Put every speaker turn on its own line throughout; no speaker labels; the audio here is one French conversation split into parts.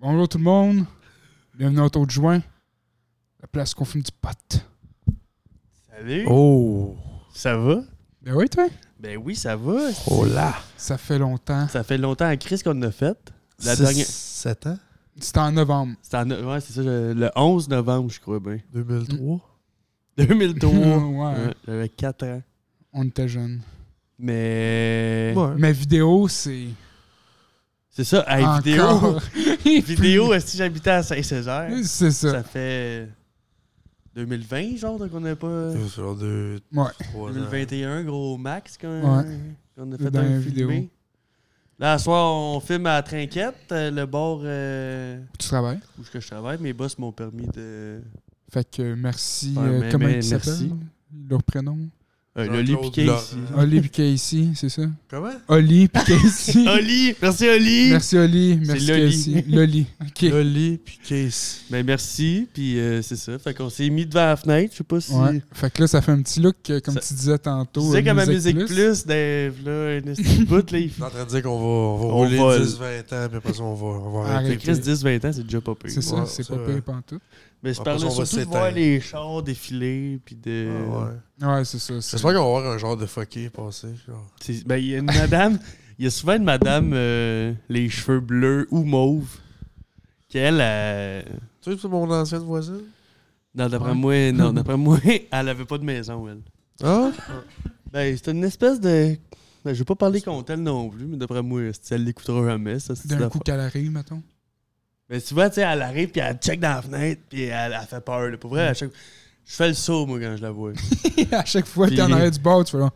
Bonjour tout le monde. Bienvenue au taux de juin. La place qu'on fume du pot.
Salut,
Oh,
ça va?
Ben oui, toi.
Ben oui, ça va.
oh là.
Ça fait longtemps.
Ça fait longtemps à Chris qu'on en a fait. La
Six,
dernière-
sept ans?
C'était en novembre.
C'est en- ouais, c'est ça, je- le 11 novembre, je crois bien.
2003?
2003.
Ouais.
Ouais, J'avais 4 ans.
On était jeunes.
Mais
Ouais.
Ma vidéo, c'est.
c'est ça, à la vidéo.
encore-
vidéo, est-ce que j'habitais à Saint-Césaire?
c'est ça.
Ça fait 2020, genre, donc on n'a pas.
Euh, Sur deux,
Ouais.
trois ans.
2021, gros max, qu'on
Ouais.
qu'on a fait
Dans
un
la
vidéo.
vidéo.
Là, ce soir, on filme à Trinquette, euh, le bord euh,
Tu travailles.
où je- que je travaille. Mes boss m'ont permis de.
Fait que euh, merci.
Ouais,
euh,
mais-
comment
mais
ils
merci.
s'appellent Leur prénom.
Euh,
Jean-Claude
Oli Piquet
Laurent.
ici.
Oli puis Casey, c'est ça
Comment?
Oli puis Casey.
Oli! Merci Oli!
Merci Oli. Merci
Loli.
Casey. Loli. OK.
Loli puis Casey.
Ben merci, puis euh, c'est ça. Fait qu'on s'est mis devant la fenêtre, je sais pas si.
Ouais. Fait que là, ça fait un petit look, euh, comme
Ça-
tu disais
Tu
tantôt.
sais,
euh,
comme à Musique Plus, Dave, là, un petit bout, là, il
Je suis
fait.
en train de dire qu'on va, on va
On
rouler
vole.
10-20 ans, puis après ça, on va, on va
Arrête.
arrêter.
Fait Chris, 10-20 ans, c'est déjà pas pire.
C'est ça,
Ouais,
c'est
c'est
pas
vrai.
pire pantoute.
Mais je
Après
parlais
ça, on va
surtout de
s'éteindre.
voir les chars défiler, puis de.
Ah ouais.
Ouais, c'est ça. c'est-
J'espère qu'on va avoir un genre de fucké passé. genre.
C'est- Ben, il y a une madame, il y a souvent une madame, euh, les cheveux bleus ou mauves, qu'elle, euh,
Tu sais, c'est mon ancienne voisine?
non, d'après
Ouais.
moi, non, d'après moi, elle avait pas de maison, elle.
Ah?
Ben, c'est une espèce de. Ben, je vais pas parler contre elle non plus, mais d'après moi, si elle l'écoutera jamais, ça, c'est
D'un
d'affaire.
coup qu'elle arrive, mettons.
Mais tu vois, tu sais, elle arrive, puis elle check dans la fenêtre, puis elle, elle fait peur. là. Pour
Mm.
vrai, à chaque... je fais le saut, moi, quand je la vois. tu
à chaque fois,
Puis-
t'es en arrière du bord, tu fais là.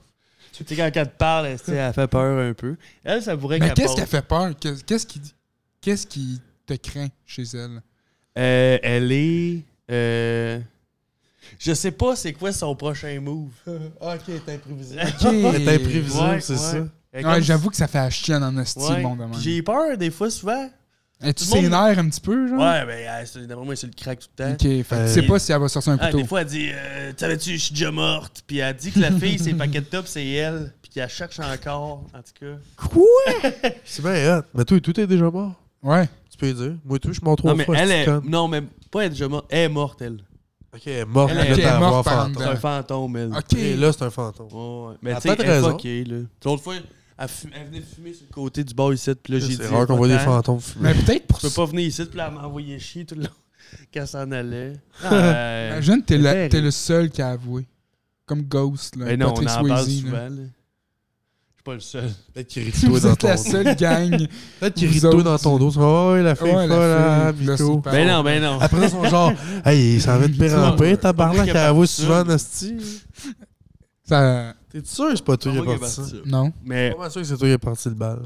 sais, quand elle te parle, elle, tu sais, elle fait peur un peu. Elle, ça pourrait
Mais
qu'elle
qu'est-ce
parle.
qu'elle fait peur? Qu'est- Qu'est-ce qui, qu'est-ce qui te craint chez elle?
Euh, elle est. euh, Je sais pas c'est quoi son prochain move.
ok, t'es imprévisible.
Elle
T'es imprévisible,
Ouais,
c'est
ouais.
ça?
Elle est
Ouais,
comme-
j'avoue que ça fait la chienne en esti,
Ouais.
le monde de même.
J'ai peur des fois, souvent.
Es-tu
tout le monde-
sénère un petit peu, genre?
Ouais, mais elle, c'est- d'après moi, c'est le crack tout le temps.
Ok, fait que tu sais
Euh,
pas si elle va sortir un
Ah,
couteau.
des fois, elle dit euh, Tu Savais-tu, je suis déjà morte. Puis elle dit que la fille, ses paquets de top, c'est elle. Puis qu'elle cherche encore, en tout cas.
C'est bien hot. Mais toi, tout est déjà mort.
Ouais.
Tu peux y dire. Moi, tout, je m'en trouve
Non, mais
fois,
elle
cette
est.
conne.
Non, mais pas elle est déjà morte. Elle est morte, elle.
Ok, elle est morte.
Elle
Elle,
est-
est,
elle est
morte
morte
par en
C'est
dedans.
un
fantôme.
fantôme, elle.
Ok.
Et là, c'est un fantôme.
Ouais, ouais. Mais
Ben. Elle a
tu sais,
peut-être
elle est
raison.
fuckée, là. L'autre fois, elle, fu- elle venait fumer sur le côté du bar ici. Puis là, j'ai dit
C'est rare qu'on voit des
Attends,
fantômes fumer.
Mais peut-être pour
Tu peux
ça.
pas venir ici. Puis là, elle m'a envoyé chier tout le long qu'elle s'en allait.
Ben,
Euh,
Imagine, t'es
C'est
la- t'es le seul qui a avoué. Comme Ghost, là.
ben non, on
Patrick
en parle
Swayze, là.
souvent, là. Je suis pas le seul.
Peut-être qu'il rit de
Si
toi
vous
dans
êtes
ton
la
dos.
seule gang.
Peut-être qu'il
vous
rit de toi
autres,
dans ton dos. Oh, ouais, la fille
Ouais, la
folle, là,
fille, là,
Vito.
c'est pas-
Ben non, ben non.
Après, ils sont genre, hey, ça va de pire en pire. Tabarnak, elle avoue souvent, Nasty.
Ça.
T'es sûr que c'est pas toi qui
C'est
est
moi qui ai
parti ça?
parti ça.
Non.
Je
Mais.
suis pas mal sûr que c'est toi qui est parti le bal.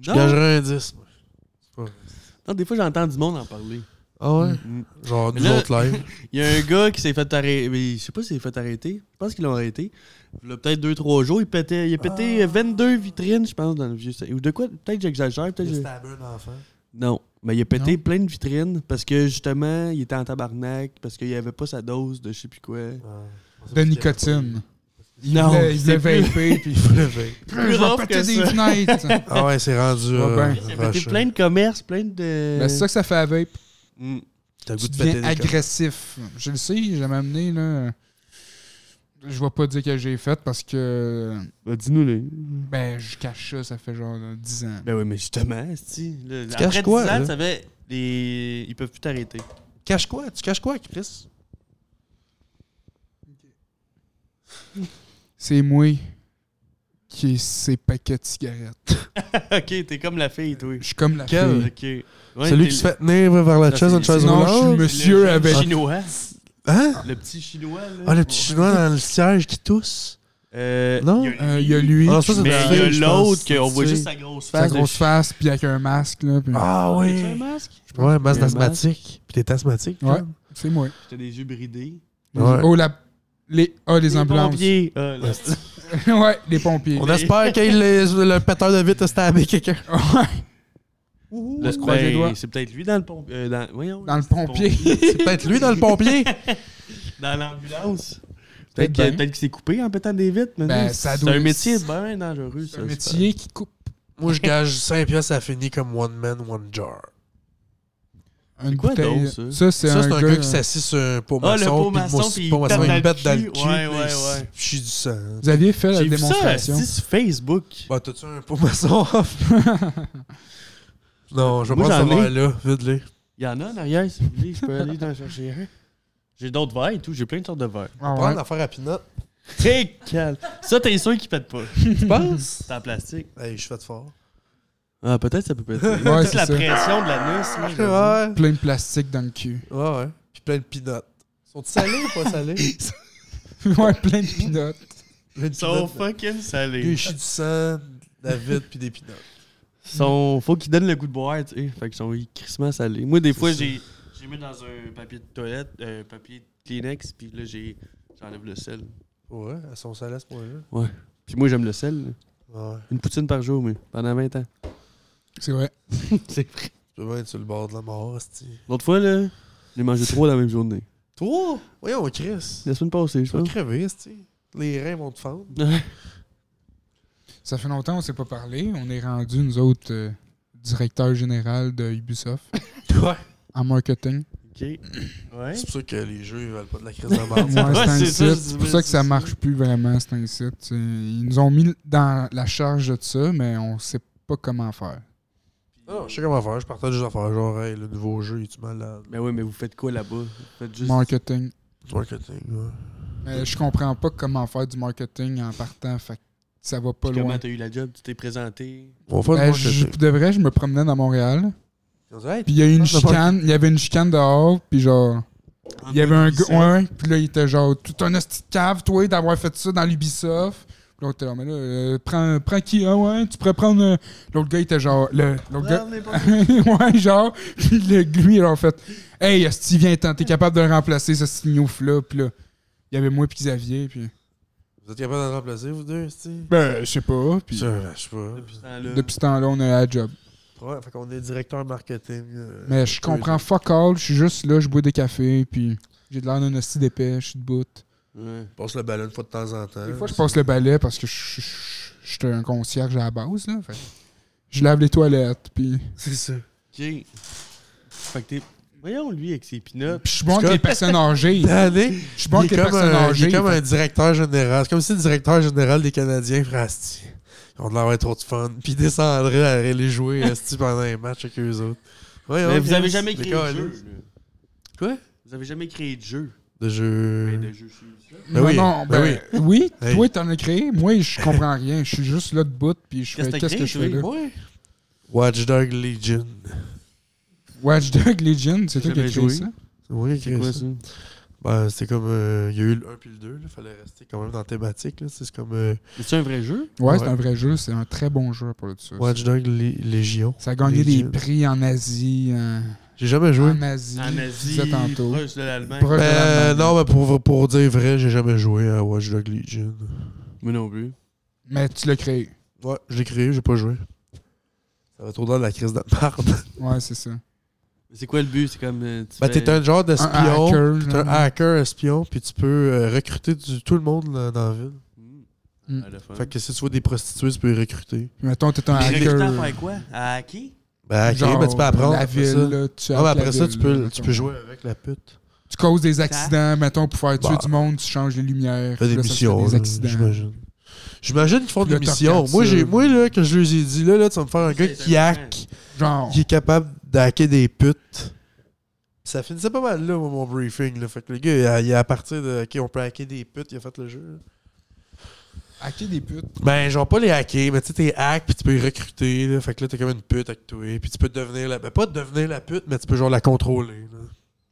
Je
Non.
gagerais un 10. moi. C'est pas vrai.
Non, des fois, j'entends du monde en parler.
Ah ouais?
Mm.
Genre,
Mais
nous
là-
autres live.
Il y a un gars qui s'est fait arrêter. mais Je sais pas s'il s'est fait arrêter. Je pense qu'ils l'ont arrêté. Il a peut-être 2-3 jours. Il, pétait, il a
Ah.
pété 22 vitrines, je pense, dans le vieux. Ou de quoi Peut-être que j'exagère. Peut-être que je-
un enfant.
Non. Mais il a pété
Non.
plein de vitrines parce que justement, il était en tabarnak. Parce qu'il avait pas sa dose de je sais plus quoi.
De nicotine. Il
Non,
voulait- Il
c'est
voulait vaper, puis
Il faut le veille.
je vais
rough que
péter des
ça.
fenêtres. Ben,
Ah ouais, c'est rendu.
Ouais, ben.
euh,
Il a pété
rocheux.
plein de commerces, plein de.
Ben, c'est ça que ça fait à vape.
Mm.
T'as le goût
Tu
de péter
deviens
des coches.
agressif. Je le sais, j'ai amené là. Je vais pas dire que j'ai fait parce que
Ben, Dis-nous, les.
ben je cache ça, ça fait genre euh, 10 ans.
Ben oui, mais justement, si. là, Après
caches quoi,
10 ans,
là?
ça fait. Les... Ils peuvent plus t'arrêter.
Cache quoi? Tu caches quoi, Chris?
C'est moi qui ai ces paquets de cigarettes.
ok, t'es comme la fille, toi.
Je suis comme la
Quel-
fille.
Ok. Ouais,
Celui
t'es
qui se
le-
fait tenir vers la
Ça,
chaise,
c'est-
une chaise
sinon, je suis
roulante.
le monsieur
le
avec-
Chinois.
Hein?
Le petit chinois, là.
Ah, le petit chinois dans le siège qui tousse.
Euh,
Non?
il y a-
Euh, Il y a lui,
Ah, ça, c'est
Mais il y
dans la
a
fille, je
l'autre
pense.
qu'on voit
Tu sais.
juste sa grosse
sa
face. de
grosse
chi-
face, puis avec un masque là. puis-
Ah
As-tu un
oui.
masque?
Ouais, masse
Il y a un
d'asthmatique. Puis t'es asthmatique. hein?
Ouais.
John?
C'est moi.
J'étais des yeux bridés.
Ouais.
Oh la les ah les, ambulances.
pompiers. Ah, là.
ouais, les pompiers.
On espère qu'il les- le péteur de vite a stabé quelqu'un.
Ouais,
Ouh,
Le-
se croise les
ben,
doigts.
C'est peut-être lui dans le pompier. euh, dans... Voyons.
dans le
c'est
pompier.
C'est peut-être lui dans le pompier.
Dans l'ambulance.
Peut-être
Peut-être que-
bien.
peut-être qu'il s'est coupé en pétant des vitres. mais
Ben,
non,
ça
c'est
doit-
un métier bien dangereux.
C'est
ça,
un métier qui coupe.
Moi, je gage 5 piastres, ça finit comme one man, one jar.
Une
quoi
bouteille.
donc, ça?
Ça, c'est
Ça, c'est
un,
un gars qui s'assit sur un pot
Ah, le
maçon,
pot
puis
maçon,
moi,
puis
c'est
il
pot maçon,
pète
il
dans
me
le
pète dans le
cul.
cul,
Ouais,
puis
ouais,
il se
ouais.
chie du sang.
Vous aviez fait la
J'ai vu ça
démonstration.
asti, sur Facebook.
Bah, t'as-tu un pot maçon off? non, je vais
Moi,
prendre
j'en ai.
ce verre-là, vide-les.
Il y en a en arrière, si vous voulez, je peux aller en chercher un. J'ai d'autres verres et tout, j'ai plein de sortes de verres.
Ah
Prends
ouais.
l'affaire à Pinot.
Très calme. Ça, t'es sûr qu'il pète pas.
Tu penses?
C'est en plastique.
Hey, je suis fait fort.
Ah, peut-être ça peut péter.
Ouais,
Peut-être
c'est
la
ça.
pression de l'anus. là,
Ouais,
j'avoue.
ouais,
Plein de plastique dans le cul.
ouais. Puis plein de pinottes. Sont-ils salés ou pas salés?
ouais, plein de pinottes.
Plein de
Ils sont
pinottes.
fucking
Le gars,
salés.
il chie du sang, de la vide, puis des pinottes.
Sont... Faut qu'ils donnent le goût de boire, tu sais. Fait qu'ils sont crissement salés. Moi, des fois,
ça.
j'ai j'ai mis dans un papier de toilette, un papier de Kleenex, puis là, j'ai j'enlève le sel.
Ouais, elles sont salées à ce point-là.
Puis moi, j'aime le sel. là.
Ouais.
Une poutine par jour, mais pendant 20 ans.
C'est vrai.
C'est vrai.
Tu peux bien être sur le bord de la mort, cest
L'autre fois, là, j'ai mangé trois dans la même journée.
Toi? Voyons, Chris.
La semaine passée, je
Tu vas
pense.
crever, cest Les reins vont te fendre.
Ça fait longtemps qu'on s'est pas parlé. On est rendu, nous autres, euh, directeur général de Ubisoft
Ouais.
en marketing.
Ok.
Hein?
Ouais.
C'est pour ça que les jeux, ils valent pas de la crise de la mort.
Ouais, c'est un
c'est ça,
site.
je
C'est
dis-
pour ça que
c'est
ça
ça.
marche plus vraiment, c'est un site. tu sais. Ils nous ont mis dans la charge de ça, mais on sait pas comment faire.
Non, je sais comment faire. Je partage des affaires. Genre, hey, le nouveau jeu, il est malade?
Mais oui, mais vous faites quoi là-bas? Vous faites juste.
Marketing.
Marketing, ouais.
Mais Euh, je comprends pas comment faire du marketing en partant, fait que ça va pas
Puis comment
loin.
t'as eu la job? Tu t'es présenté?
On va faire du
Ben, je,
marketing.
de vrai, je me promenais dans Montréal,
Ils ont dit, hey,
puis il y a eu une
Ah, t'as pas-
chicane, il y avait une chicane dehors, puis genre, il y avait un gars, ouais, puis là, il était genre, tout un hostie de cave, toi, d'avoir fait ça dans l'Ubisoft. Puis L'autre était là, mais là, euh, prends, prends qui? Ah ouais, tu pourrais prendre. euh, L'autre gars, il était genre. le- L'autre gars. ouais, genre. Le, lui, il a fait Hey, Asti, viens, t'en, t'es capable de le remplacer, ce signal-là. Puis là, il y avait moi, puis Xavier. Puis.
Vous êtes capable de le remplacer, vous deux, cest
Ben, je sais pas. Puis.
Je sais pas.
Depuis ce temps-là.
Depuis ce temps-là, on a la job.
Ouais, fait qu'on est directeur marketing. euh,
Mais je comprends fuck all, je suis juste là, je bois des cafés, puis j'ai de l'air d'un hostie d'épais, je suis de bout.
Ouais.
Je passe le ballon une fois de temps en temps.
Des fois, je passe le balai parce que je je- je- je suis un concierge à la base, là. Fait que je lave les toilettes, puis...
C'est ça.
Ok. Fait que t'es. Voyons, lui, avec ses pinottes.
Puis je suis bon avec les personnes âgées.
L'année,
Je suis bon avec
il
les
est comme,
personnes
un, il est
âgées.
comme
fait
un directeur général. C'est comme si le directeur général des Canadiens ferait Ah, Asti. On leur aurait trop de fun. Puis il descendrait à aller jouer Asti pendant les matchs avec eux autres. Ouais,
Mais
ouais,
vous
Chris,
avez jamais
les
créé
gars,
de
là.
jeu. là.
Quoi?
Vous avez jamais créé de jeu.
De jeu.
Mais de jeu, je suis ça.
que-
Ben
Non,
oui,
non,
ben
ben, oui,
Hey.
toi, t'en as créé. Moi, je comprends rien. Je suis juste là de bout, puis je
Qu'est-ce
fais
que t'as
qu'est-ce que
créé,
je fais là.
toi?
Watch Dog Legion.
Watch Dog Legion, c'est toi qui as
J'ai
créé
jamais
ça?
C'est moi qui ai
C'est
créé
quoi
ça.
ça?
Ben, c'est comme. euh, Il y a eu le 1 puis le 2. Il fallait rester quand même dans la thématique. là. C'est comme euh,
C'est un vrai jeu?
Ouais, c'est
Ouais.
un vrai jeu, c'est un très bon jeu pour le dessus.
Watch Dog Lé- Légion.
Ça a gagné des
Legion.
prix en Asie, en,
J'ai jamais joué.
en Asie,
En Asie,
je disais tantôt.
proche de l'Allemagne.
Proche de
Euh,
l'Allemagne.
non, mais pour, pour dire vrai, j'ai jamais joué à Watch Dog Legion.
Moi non plus.
Mais tu l'as créé.
Ouais, je l'ai créé, j'ai pas joué. Ça va trop dans la crise de merde.
Ouais, c'est ça.
Mais C'est quoi le but? C'est comme. euh, tu
Ben,
fais-
t'es un genre
Un
d'espion.
hacker,
T'es un
genre.
hacker espion, puis tu peux euh, recruter du- tout le monde là, dans la ville.
Hmm.
Hmm.
Ah, le fun.
Fait que si tu vois des prostituées, tu peux les recruter.
Mettons, t'es un
Mais recruter à
hacker.
faire quoi? À hacker?
Ben, hacker,
Genre,
mais tu peux apprendre.
La
après
ville,
ça.
là, tu
Non, mais
hackes la
après ça,
ville,
tu peux,
là,
tu
mettons.
peux jouer avec la pute.
Tu causes des accidents, mettons, pour faire tuer
Bah.
du monde, tu changes les lumières.
Fais des
là, ça te
missions,
fait
là,
des accidents.
j'imagine. J'imagine qu'ils font
Puis là,
des
t'as
missions.
quatre,
Moi, j'ai,
ça.
moi, là, que je les ai dit, là, là tu vas me faire un
C'est
gars qui hack,
Genre,
qui est capable d'hacker des putes. Ça finissait pas mal, là, mon briefing. Là. Fait que le gars, il a- il est à partir de. Ok, on peut hacker des putes, il a fait le jeu. là.
hacker des putes.
Ben, genre pas les hacker, mais tu sais, t'es hack, puis tu peux les recruter. Là, fait que là, t'es comme une pute avec toi. Puis tu peux devenir la. Ben, pas devenir la pute, mais tu peux genre la contrôler. Là.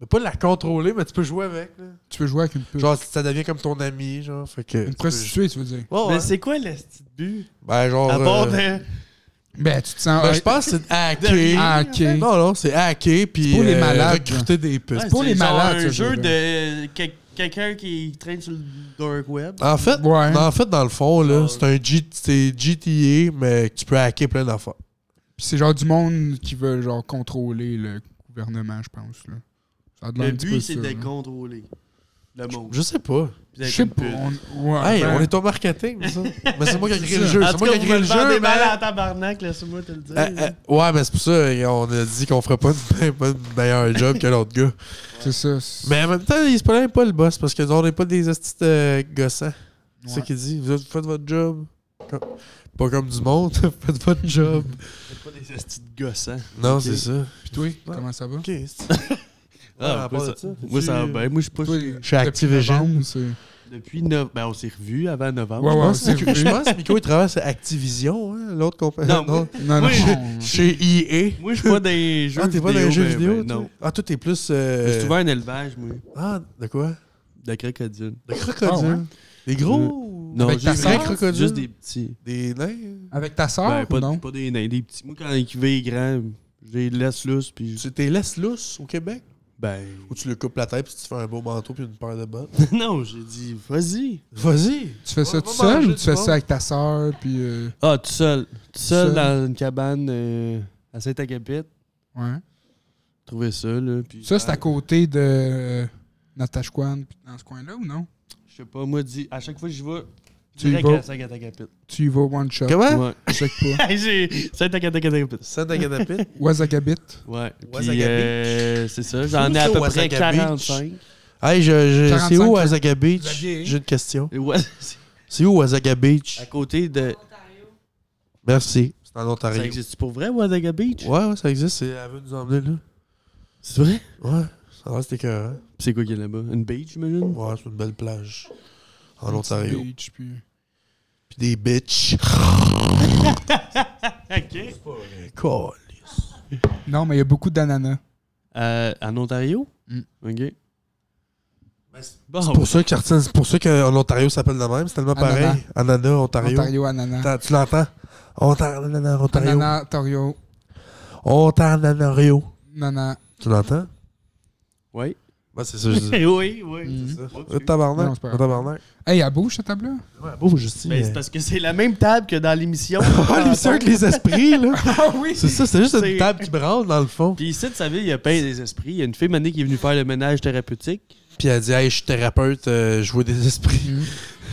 Mais pas la contrôler, mais tu peux jouer avec. Là.
Tu peux jouer avec une pute.
Genre, ça devient comme ton ami, genre. Fait que. tu
une
peux-
prostituée, tu veux dire.
Ouais, ouais.
Mais c'est quoi le petit but?
Ben, genre.
À part
euh,
de.
Ben, tu te sens.
ben, je pense que c'est hacker.
Ah, ok.
Non, non, c'est hacker, puis.
C'est pour les
euh,
malades,
Recruter des putes.
Ouais,
pour les
genre
malades,
un
ce
jeu
jeu-là.
de quel- quelqu'un qui traîne sur le dark web.
En fait,
Ouais.
en fait, dans le fond, là,
Genre-
c'est un G- c'est GTA, mais que tu peux hacker plein d'affaires.
Puis c'est genre du monde qui veut, genre, contrôler le gouvernement, je pense. Là. Ça a de l'air
Le
un petit peu
but, c'est
ça, hein.
de
là.
contrôler. le monde.
Je sais pas.
Vous
Je
êtes
sais
une
pas.
pute.
on- ouais,
Hey,
ben,
on est au marketing, ça. mais c'est moi qui ai créé
C'est
le
ça.
jeu.
En
C'est
tout
moi
cas,
qui ai
vous
créé
me
le
le vendez
jeu.
mal en
mais-
tabarnak, laisse-moi te le dire.
Euh, euh, ouais, mais c'est pour ça qu'on a dit qu'on ferait pas une, pas une meilleure job que l'autre gars.
c'est ça. c'est-
Mais en même temps, il se plaint pas le boss parce que nous, on n'est pas des astuces gossants. C'est ça
ouais.
qu'il dit. Vous autres, faites votre job. Comme- Pas comme du monde, faites votre job.
C'est pas des hosties de gosses, hein.
non,
Ok.
c'est ça.
Puis toi, comment ça va?
Ok. c'est- Ouais, à
Ah,
part
moi,
de
ça,
ça,
moi, ça va
t'es-tu-
bien. Moi, je suis pas.
Toi,
chez-
depuis
Activision.
novembre, c'est-
Depuis 9. Ben, on s'est revus avant novembre.
Ouais, ouais,
Je
c'est
pense que- Je
vrai.
pense que Miko, il travaille à Activision, hein, l'autre compagnie.
Non, moi-
Non, non.
Oui.
on-
Chez EA.
Moi, je suis pas dans les jeux
Ah, t'es
vidéo.
pas dans les jeux
ben,
vidéo,
ben,
toi?
Non.
Ah, toi, t'es plus. euh,
J'ai souvent un élevage, moi.
Ah, de quoi
De crocodile.
Des crocodiles.
Ah ouais? Euh,
Des gros.
Non,
Avec ta
juste
sœur?
des crocodiles. Juste des petits.
Des nains.
Avec ta
Ben,
soeur
pas,
ou Ah, non?
pas des nains, des petits. Moi, quand il est grand, je les laisse lousse, puis je-
Tu t'es laisses lousses au Québec
Ben.
Ou tu le coupes la tête puis tu te fais un beau manteau puis une paire de bottes
non, j'ai dit, vas-y.
Vas-y.
Tu fais
On
ça
va
tout seul
manger
ou tu
du
fais
monde.
ça avec ta soeur? Puis, euh,
Ah, tout seul. Tout seul
Seul.
dans une cabane euh, à Saint-Agapit.
ouais.
Trouver ça, là. Puis,
Ça, c'est à côté de euh, Natashquan, puis dans ce coin-là ou non?
Je sais pas, moi, dis, à chaque fois que j'y vais,
Tu y
direct
vas.
à Saint-Agapit.
Tu y vas one shot.
Comment
Ouais.
Je check pas.
J'ai- Saint-Agapit.
Saint-Agatapit
Ouazagabit.
Ouais.
Wasagabi.
Puis, euh, c'est ça. J'en ai à
Où
peu
ça,
près
Wasagabi?
45.
Hey, je, je, c'est
45,
où
ça-
Azaga Beach?
Xavier.
J'ai une question.
Et ouais, c'est
C'est où Azaga Beach?
à côté de.
Merci. C'est en
Ça
Ontario.
existe pour vrai, Wadaga Beach?
Ouais, ouais, ça existe. c'est- Elle veut nous emmener là.
C'est vrai?
Ouais, ça reste écœurant.
C'est quoi qu'il y a là-bas? Une beach, j'imagine?
Ouais, c'est une belle plage. En Ontario.
Beach, puis...
Puis des bitches.
Ok.
Cool.
Non, mais il y a beaucoup d'ananas.
Euh, en Ontario?
Mm.
Ok. Ben, Bon,
C'est pour ça que ça retient- c'est pour ça qu'en Ontario ça s'appelle de même. C'est tellement
Ananas.
pareil. Ananas, Ontario.
Ontario, ananas.
Attends, Tu l'entends? Ontario. Ananas, Ontario.
Ananas, Ontario.
Ontario.
Nana.
Tu l'entends?
Oui.
Ouais, c'est ça que je dis.
Eh oui, oui.
Mhm.
c'est ça.
Un
Non,
Oh, tabarnak.
c'est pas
Un tabarnak.
Hey, elle bouge, cette table-là?
Ouais, beau, Justine.
Ben, c'est parce que c'est la même table que dans l'émission.
euh, Ah, l'émission avec Ah, les esprits, là.
Ah oui!
C'est ça, c'est juste
C'est-
une table qui branle, dans le fond.
Puis ici, tu savais, il y a plein des esprits. Il y a une fille manée qui est venue faire le ménage thérapeutique.
Puis elle dit, hey, je suis thérapeute, euh, je vois des esprits.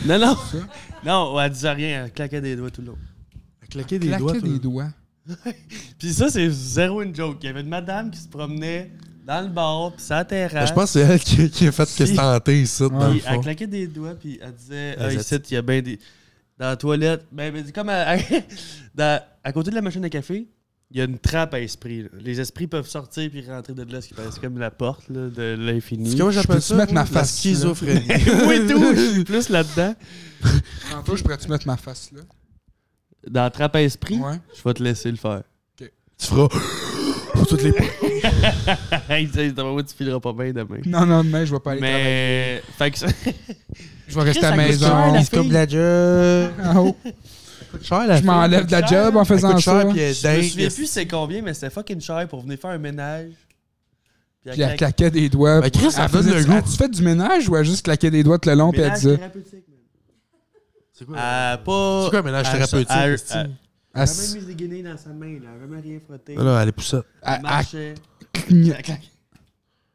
Non, non.
Ça.
Non, elle disait rien. Elle claquait des doigts tout le long.
Elle claquait des doigts.
Claquer des doigts.
Puis ça, c'est zéro une joke. Il y avait une madame qui se promenait dans le bar, puis sa terrasse.
Ben, je pense que c'est elle qui, qui a fait que c'est
Si.
hanté, ça, dans le
Puis elle
fond. Ben,
claquait des doigts, puis elle disait
Elle
Ah, ici, il y a bien des. Dans la toilette. Ben, ben, comme à, dans- à côté de la machine à café, il y a une trappe à esprit. là. Les esprits peuvent sortir puis rentrer de là, ce qui paraît comme la porte là, de
C'est
l'infini.
comment
Je
j'appelle
peux-tu
ça?
mettre
moi?
ma face,
La schizophrénie.
Moi et tout, je suis plus là-dedans.
Tantôt, je pourrais-tu mettre ma face là?
Dans la trappe à esprit,
Ouais.
je vais te laisser le faire.
tu feras... Pour toutes les...
Hey, tu sais, moi, tu fileras pas bien demain.
Non, non, demain, je vais pas aller travailler.
Mais. Fait que ça.
Je vais rester à la
Chris, ça coûte cher,
maison.
la fille.
la job.
Ah, oh.
Cher, la
Je m'enlève de la
cher.
job en
Elle
faisant
coûte
ça.
cher, puis elle est
Je me souviens
dingue.
plus c'est combien, mais c'était fucking cher pour venir faire un ménage.
Puis elle claquait des doigts.
Ben, Chris, ça
Elle
donne
faisait-
le goût.
As-tu fait du ménage ou elle juste claquait des doigts tout le long puis elle
Ménage
disait...
thérapeutique, man.
C'est quoi,
Ah, pas.
c'est quoi un ménage
à-
thérapeutique?
à-
esti?
à-
Elle
Elle a
s-
même mis des guinées dans sa main, là. Elle a même rien frotté.
Non, non, elle est poussette.
elle-
Elle
elle
marchait.
clignait.
Ah,
Clac, clac.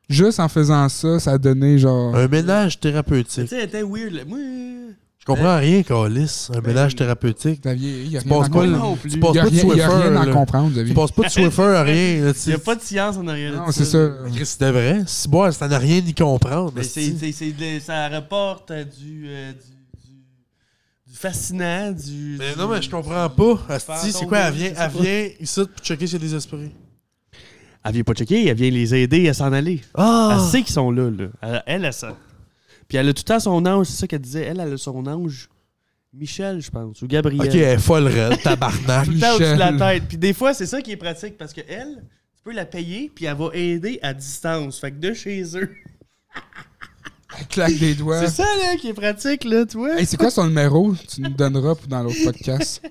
Juste en faisant ça, ça a donné genre...
Un ménage
Tu
thérapeutique.
sais, elle était weird, là. Moi. euh,
Je comprends rien, Calis. Un ménage thérapeutique.
Xavier, il y a
Tu
rien à
passes pas le-
comprendre.
non plus.
tu passes
Il y a
pas de
rien- il y a rien
Swiffer,
à
là.
comprendre, Xavier.
Tu passes pas de Swiffer à rien. là, tu-
Il n'y a pas de science en arrière. de
Non, c'est ça.
Mais Chris, c'était vrai. Si boire, ça n'a rien ni comprendre.
Mais c'est,
esti.
Ben, c'est, c'est de- ça rapporte à du, euh, du, du, du fascinant, du.
Mais
du-
Ben, non, mais je comprends pas. Asti,
Pardon,
c'est quoi? Elle
oui,
vient,
je sais
elle
pas.
vient ici pour checker s'il y a des esprits.
Elle vient pas checker, elle vient les aider à s'en aller. Elle
Ah!
sait qu'ils sont là, là. Elle, elle, elle sait. Puis elle a tout le temps son ange, c'est ça qu'elle disait. Elle, elle a son ange. Michel, je pense, ou Gabriel.
Ok, elle est folle, raide, tabarnak.
tout le temps au-dessus de la
Michel.
tête. Puis des fois, c'est ça qui est pratique parce que elle, tu peux la payer puis elle va aider à distance. Fait que de chez eux.
Elle claque des doigts.
Hein?
C'est ça là qui est pratique là, tu vois.
Hey, c'est quoi son numéro? Tu nous donneras pour dans l'autre podcast.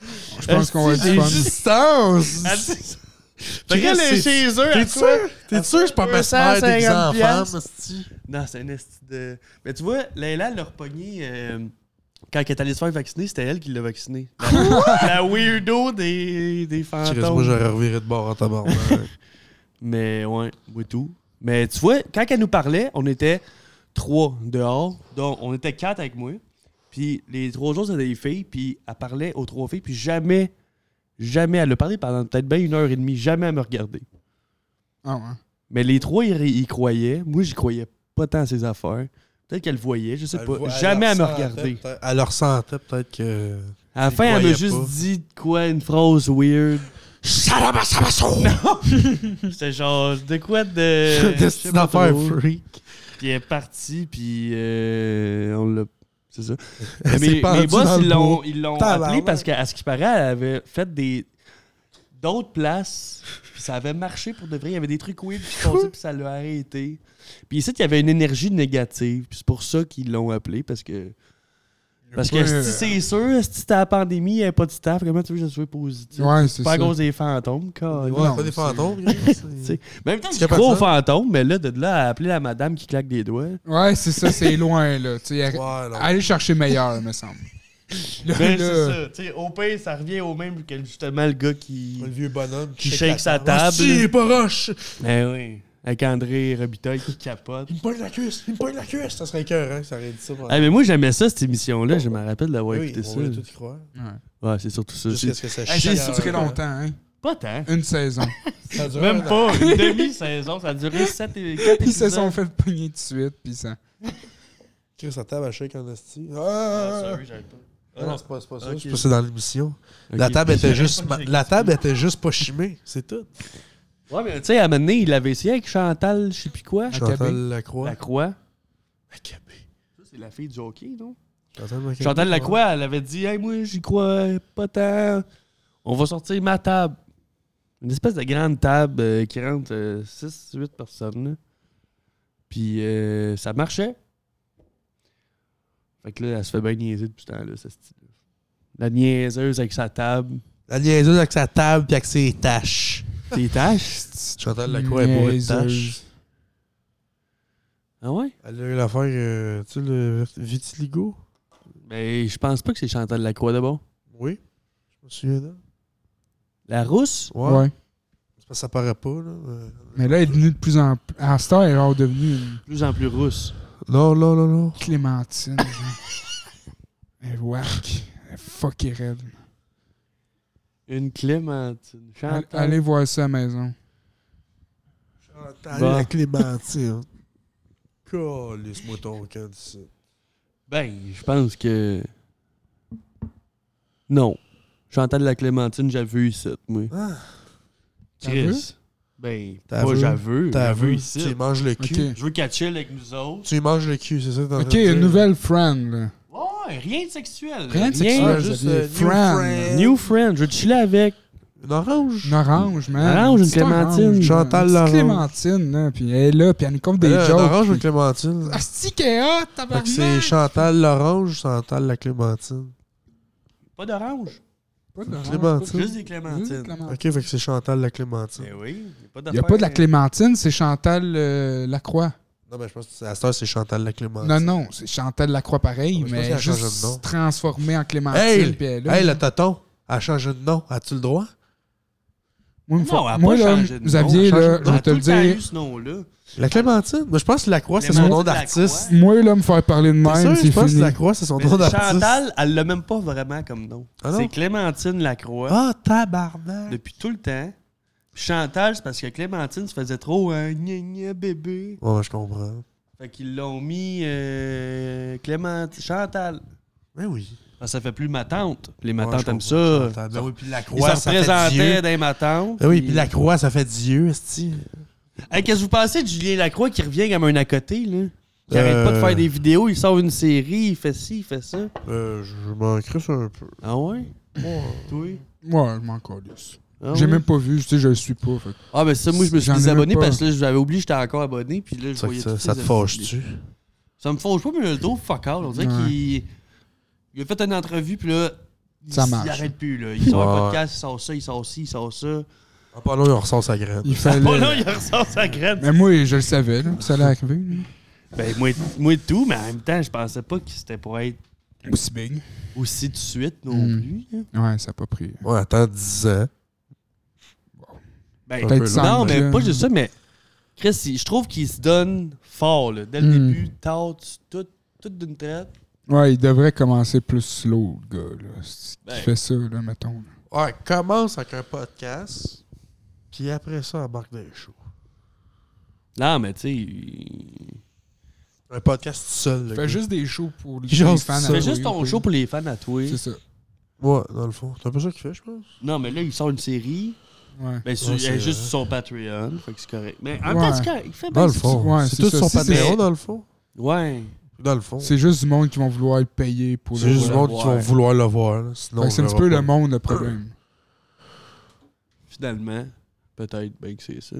Je pense
Asti,
qu'on va être
j'ai
fun.
juste-
Distance!
Elle dit ça. Fait qu'elle
Chris,
est chez
c'est-
eux. à
T'es
quoi?
sûr? T'es
Elle
sûr que je suis pas
fait
ma mère des
150
enfants,
piastres.
asti?
Non, c'est un esti de. Mais tu vois, Leila l'a repogné euh, quand elle est allée se faire vacciner, c'était elle qui l'a vacciné. La, la weirdo des, des
Chris, moi,
fantômes.
j'aurais reviré de bord en tabarnak.
Mais ouais, moi tout. Mais tu vois, quand elle nous parlait, on était. trois dehors. Donc, on était quatre avec moi. Puis les trois jours, c'était des filles. Puis elle parlait aux trois filles. Puis jamais, jamais, elle a parlé pendant peut-être bien une heure et demie. Jamais à me regarder.
Ah ouais.
Mais les trois, ils y croyaient. Moi, j'y croyais pas tant à ses affaires. Peut-être qu'elle voyait, je sais
Elle
pas.
voit- elle
jamais à me
leur sentait
regarder.
peut-être- Elle leur sentait peut-être que.
À la
J'y
fin, elle m'a
croyais
juste
pas.
dit de quoi, une phrase weird. C'était genre, de quoi de. je sais
Destinée
pas
d'affaires
trop.
freak.
Puis elle est partie, puis euh, on l'a. C'est ça.
Elle s'est
Mais
pendue
mes boss,
dans le
ils l'ont,
bois.
ils l'ont
Tabarnak.
appelé parce qu'à ce qui paraît, elle avait fait des d'autres places. Puis ça avait marché pour de vrai. Il y avait des trucs weird qui se passaient, puis ça l'a arrêté. Puis ici, il y avait une énergie négative. Puis c'est pour ça qu'ils l'ont appelé parce que. Parce que
Ouais.
si c'est sûr, si c'était la pandémie, il n'y avait pas de staff, comment tu veux que je sois positif?
Ouais, c'est
pas
ça.
à cause des fantômes,
Ouais,
carrément.
Non,
pas des
c'est-
fantômes.
Tu
gars,
sais, Même temps,
C'est
je
capable
crois aux
de ça.
fantômes, mais là, de là à appeler la madame qui claque des doigts.
Ouais, c'est ça, c'est loin, là. Tu sais,
c'est- Ouais, là.
Allez chercher meilleur, me semble. Là, là,
Ben, c'est ça. Tu sais, au pire, ça revient au même que justement le gars qui.
Le vieux bonhomme
Qui shake sa
Ah,
table.
si, il est pas roche!
Ben oui. Avec André Robitaille qui capote.
Il me pogne la cuisse! Il me pogne la cuisse! Ça serait écœurant que ça aurait dit ça. pendant-
Ah, mais moi, j'aimais ça, cette émission-là. Je me rappelle d'avoir
oui,
écouté
on
ça.
voulait tout y croire.
ouais.
Ouais, c'est surtout ça.
Jusqu'à
C'est
ce que ça
Hey,
chie
ça a
en-
duré longtemps, hein?
pas tant.
Une saison.
Ça a duré
Même
un an.
pas une demi-saison. Ça a duré 7 et 4
Ils se
épisodes.
sont fait pogner tout de suite, puis ça.
Chris, sa table, elle shake en esti.
Ah,
Ah,
sorry, j'arrive pas.
Ah, non, c'est pas, c'est pas ça.
Ok.
Je pense que c'est dans l'émission. La
Ok.
table était juste,
pas
ma-
dit.
la table était juste pas chimée, c'est tout.
Ouais, mais tu sais, à un moment donné, il avait essayé avec Chantal, je sais plus quoi.
Acabé.
Chantal Lacroix.
La Croix.
Acabé.
Ça, c'est la fille du hockey, non?
Chantal Lacroix.
Chantal Lacroix, elle avait dit Hey, moi, j'y crois pas tant. On va sortir ma table. Une espèce de grande table euh, qui rentre 6-8 personnes. là. Puis euh, ça marchait. Fait que là, elle se fait bien niaiser depuis ce temps-là, ce style-là. La niaiseuse avec sa table.
La liaiseuse avec sa table puis avec ses taches.
Tes tâches.
Chantal Lacroix est bourrée de
Niaiseuse.
taches.
Ah ouais?
Elle a eu l'affaire, euh, tu sais, le vitiligo?
Mais Ben, je pense pas que c'est Chantal Lacroix d'abord.
Oui. Je me souviens là.
La rousse?
Ouais.
Ouais.
C'est parce que ça paraît pas, là. euh.
Mais là, elle est devenue de plus en plus. À Star, elle est genre devenue une
De plus en plus rousse.
Non, non, non, non.
clémentine. genre. elle est whack. Elle est fucking raide.
Une clémentine.
Allez-
Chantal.
Allez voir ça à la maison.
Chantal
Bon.
la Clémentine. Calisse-moi ton camp d'ici.
Ben, je pense que. Non. Chantal la Clémentine, j'avais eu ici, moi.
Ah.
Chris. Ben,
T'as
moi
vu?
j'avoue.
T'as
J'avoue
vu? Tu
ici.
lui manges le cul.
Ok.
Je veux qu'elle chill avec nous autres.
Tu lui manges le cul, c'est ça que t'es en
Ok,
train de dire.
une nouvelle friend, là.
Ouais, Euh, rien de sexuel.
Rien de
Ah,
sexuel,
juste,
Xavier.
euh, new friend.
New friend, je veux te chiller avec.
Une orange.
Une orange, man.
Orange, une
petite
clémentine.
orange,
Chantal
une petite
Larange.
clémentine, là. Puis elle est là, puis elle nous compte des
Ben Là,
jokes.
Une orange ou
puis-
Clémentine?
Asti, qu'elle est hot,
Fait
tabarnak!
que c'est Chantal l'orange, Chantal la Clémentine.
Pas d'orange.
Pas d'orange,
Juste
Clémentine.
des
pas de- juste
clémentines.
Clémentine.
Ok, fait que c'est Chantal la Clémentine.
Eh
Ben oui, y a pas
Il n'y a pas de la clémentine, c'est Chantal euh, Lacroix.
Non, mais je pense que à cette heure, c'est Chantal la Clémentine.
Non, non, c'est Chantal Lacroix pareil,
Ah, mais je pense
mais
qu'elle a changé de nom.
juste transformée en clémentine.
Hey,
puis elle est là.
hey, le tonton, elle a changé de nom. As-tu le droit?
moi, une
Non,
fois-
elle a pas
moi, là,
changé de nom,
Xavier,
elle a changé
là,
de
je
nom.
vais te le dire,
ce nom-là.
La Clémentine? Moi, je pense que Lacroix, c'est son
Clémentine
nom
Lacroix.
d'artiste.
moi, là, me faire parler de
T'es
même,
sûr?
c'est
Je pense que
fini.
Lacroix, c'est son
Mais
nom d'artiste.
Chantal, elle l'a même pas vraiment comme nom.
Ah non?
c'est Clémentine Lacroix.
Ah, tabarnak!
depuis tout le temps. Puis Chantal, c'est parce que Clémentine se faisait trop un gna gna bébé.
Ouais, je comprends.
Fait qu'ils l'ont mis euh, Clémentine. Chantal.
Mais Ben oui.
Ah, ça fait plus ma tante. Les ma
Ouais,
tantes
je
aiment ça.
comprends. Chantal. Ben oui, puis
Ils
Lacroix,
se
ça fait
représentaient
Dieu.
dans ma tante.
Ben oui, puis Lacroix, ça fait Dieu, esti.
Hey, Qu'est-ce que vous pensez de Julien Lacroix qui revient comme un à côté, là? Qui arrête pas de
Euh.
faire des vidéos, il sort une série, il fait ci, il fait ça.
Euh, je m'en crisse un peu.
Ah ouais?
Ouais.
Toi?
Ouais, je m'en calisse.
Ah
J'ai
ouais?
même pas vu, tu sais, je le suis pas. fait que-
Ah, mais ça, moi, je me suis
J'en ai même
désabonné
pas.
parce que là, j'avais oublié, j'étais encore abonné. Puis là, je
Ça,
voyais
ça-
toutes
ça te
les-
fâche-tu?
Ça me fâche pas, mais le dos, fuck all. On dirait
Ouais.
qu'il. Il a fait une entrevue, puis là. il-
Ça marche.
Il arrête plus, là. Il sort un
Ouais.
podcast, il sort ça, il sort ci, il sort ça.
Ah, pas long, il ressort sa graine.
Il
Bon, là,
fallait.
il ressort sa graine.
Mais moi, je le savais, là, que ça allait arriver. là.
Ben, moi, moi, tout, mais en même temps, je pensais pas que c'était pour être
Aussi big.
aussi tout de suite non
Mm.
plus. hein. là.
Ouais, ça a pas pris.
Ouais, attends 10 ans.
Ben,
Un peu
Peut-être
long.
sans
non, mais
jeune.
pas juste ça, mais Chris, il- je trouve qu'il se donne fort, là. Dès le
Hmm.
début, tâte, tout, tout d'une traite.
Ouais, il devrait commencer plus slow, le gars, là. C'est- Qui
Ben.
fait ça, là, mettons.
Ouais, commence avec un podcast, puis après ça, embarque dans les shows.
Non, mais tu sais, il-
Un podcast tout seul. le gars.
Fais juste des shows pour les,
Genre,
les fans.
tu
à
fais
Ah
juste
toi,
ton
là.
show pour les fans à toi.
C'est ça.
Ouais, dans le fond. C'est un peu ça qu'il fait, je pense.
Non, mais là, il sort une série.
Ouais.
Ben, sur-
Ouais,
elle est
c'est
juste sur
vrai.
son Patreon. Fait que c'est correct. Mais en même temps,
Ouais.
c'est correct, il fait
Ben, Dans
bien
le
ça.
fond.
Ouais,
c'est
c'est
tout
ça,
son
si
c'est-
Patreon, dans le fond.
Ouais.
Dans le fond. C'est
C'est juste du monde qui vont vouloir le payer pour le
Oh. juste
le
du
voir.
monde qui
voir.
va vouloir le voir. là.
Fait
Sinon,
que C'est un
on
petit
verra
peu
pas.
le monde le problème.
Finalement, peut-être bien que c'est ça.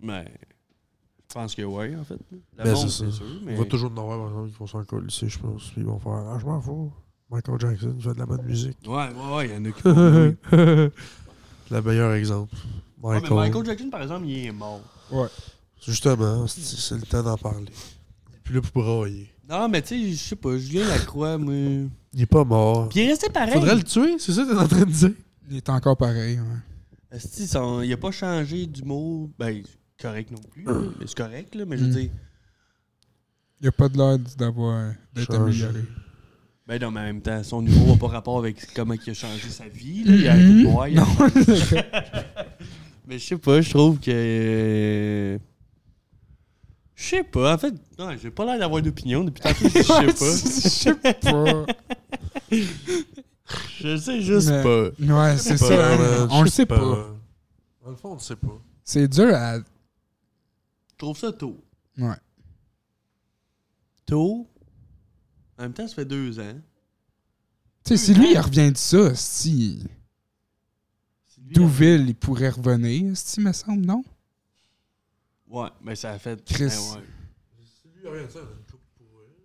Mais je pense que oui, en fait. Le
Ben,
monde,
c'est
c'est
ça.
sûr.
Il
Mais...
va toujours en avoir, par exemple, qui vont s'en coller, je pense. Puis ils vont faire Ah, je m'en fous. Michael Jackson, il fait de la bonne musique.
Ouais, ouais, ouais, il y en a qui. font ça, oui.
le meilleur exemple.
Ouais,
Ah, Michael.
mais Michael Jackson, par exemple, il est mort.
Justement, c'est- c'est le temps d'en parler. Puis là, pour brailler.
Non, mais tu sais, je sais pas, Julien Lacroix, moi.
Il est pas mort.
Puis il est resté pareil.
Faudrait le tuer, c'est ça que t'es en train de dire?
Il est encore pareil. ouais.
Esti, son- il a pas changé d'humour. Ben, c'est correct non plus. là, mais c'est correct, là. Mais
Hmm.
je veux
Mm.
dire.
Il a pas de l'air d'avoir d'être
Changé.
amélioré.
Ben non, mais en même temps, son humour n'a pas rapport avec comment il a changé sa vie. Là. Il a arrêté
Mhm.
Hmm.
de boire. il a- mais je sais pas, je trouve que. Je sais pas, en fait, non, j'ai pas l'air d'avoir d'opinion depuis tantôt, je sais
Je sais
pas.
pas.
Je sais juste
Mais-
pas.
Ouais, c'est ça. hein. On le sait pas.
Dans le fond, on le sait pas.
C'est dur à.
Je trouve ça tôt.
Ouais.
Tôt. En même temps, ça fait deux ans.
Tu sais,
Hum,
si lui, il revient de ça, si. Douville, il pourrait revenir, si, me semble, non?
Ouais, mais ça a fait.
Chris.
Ben, ouais.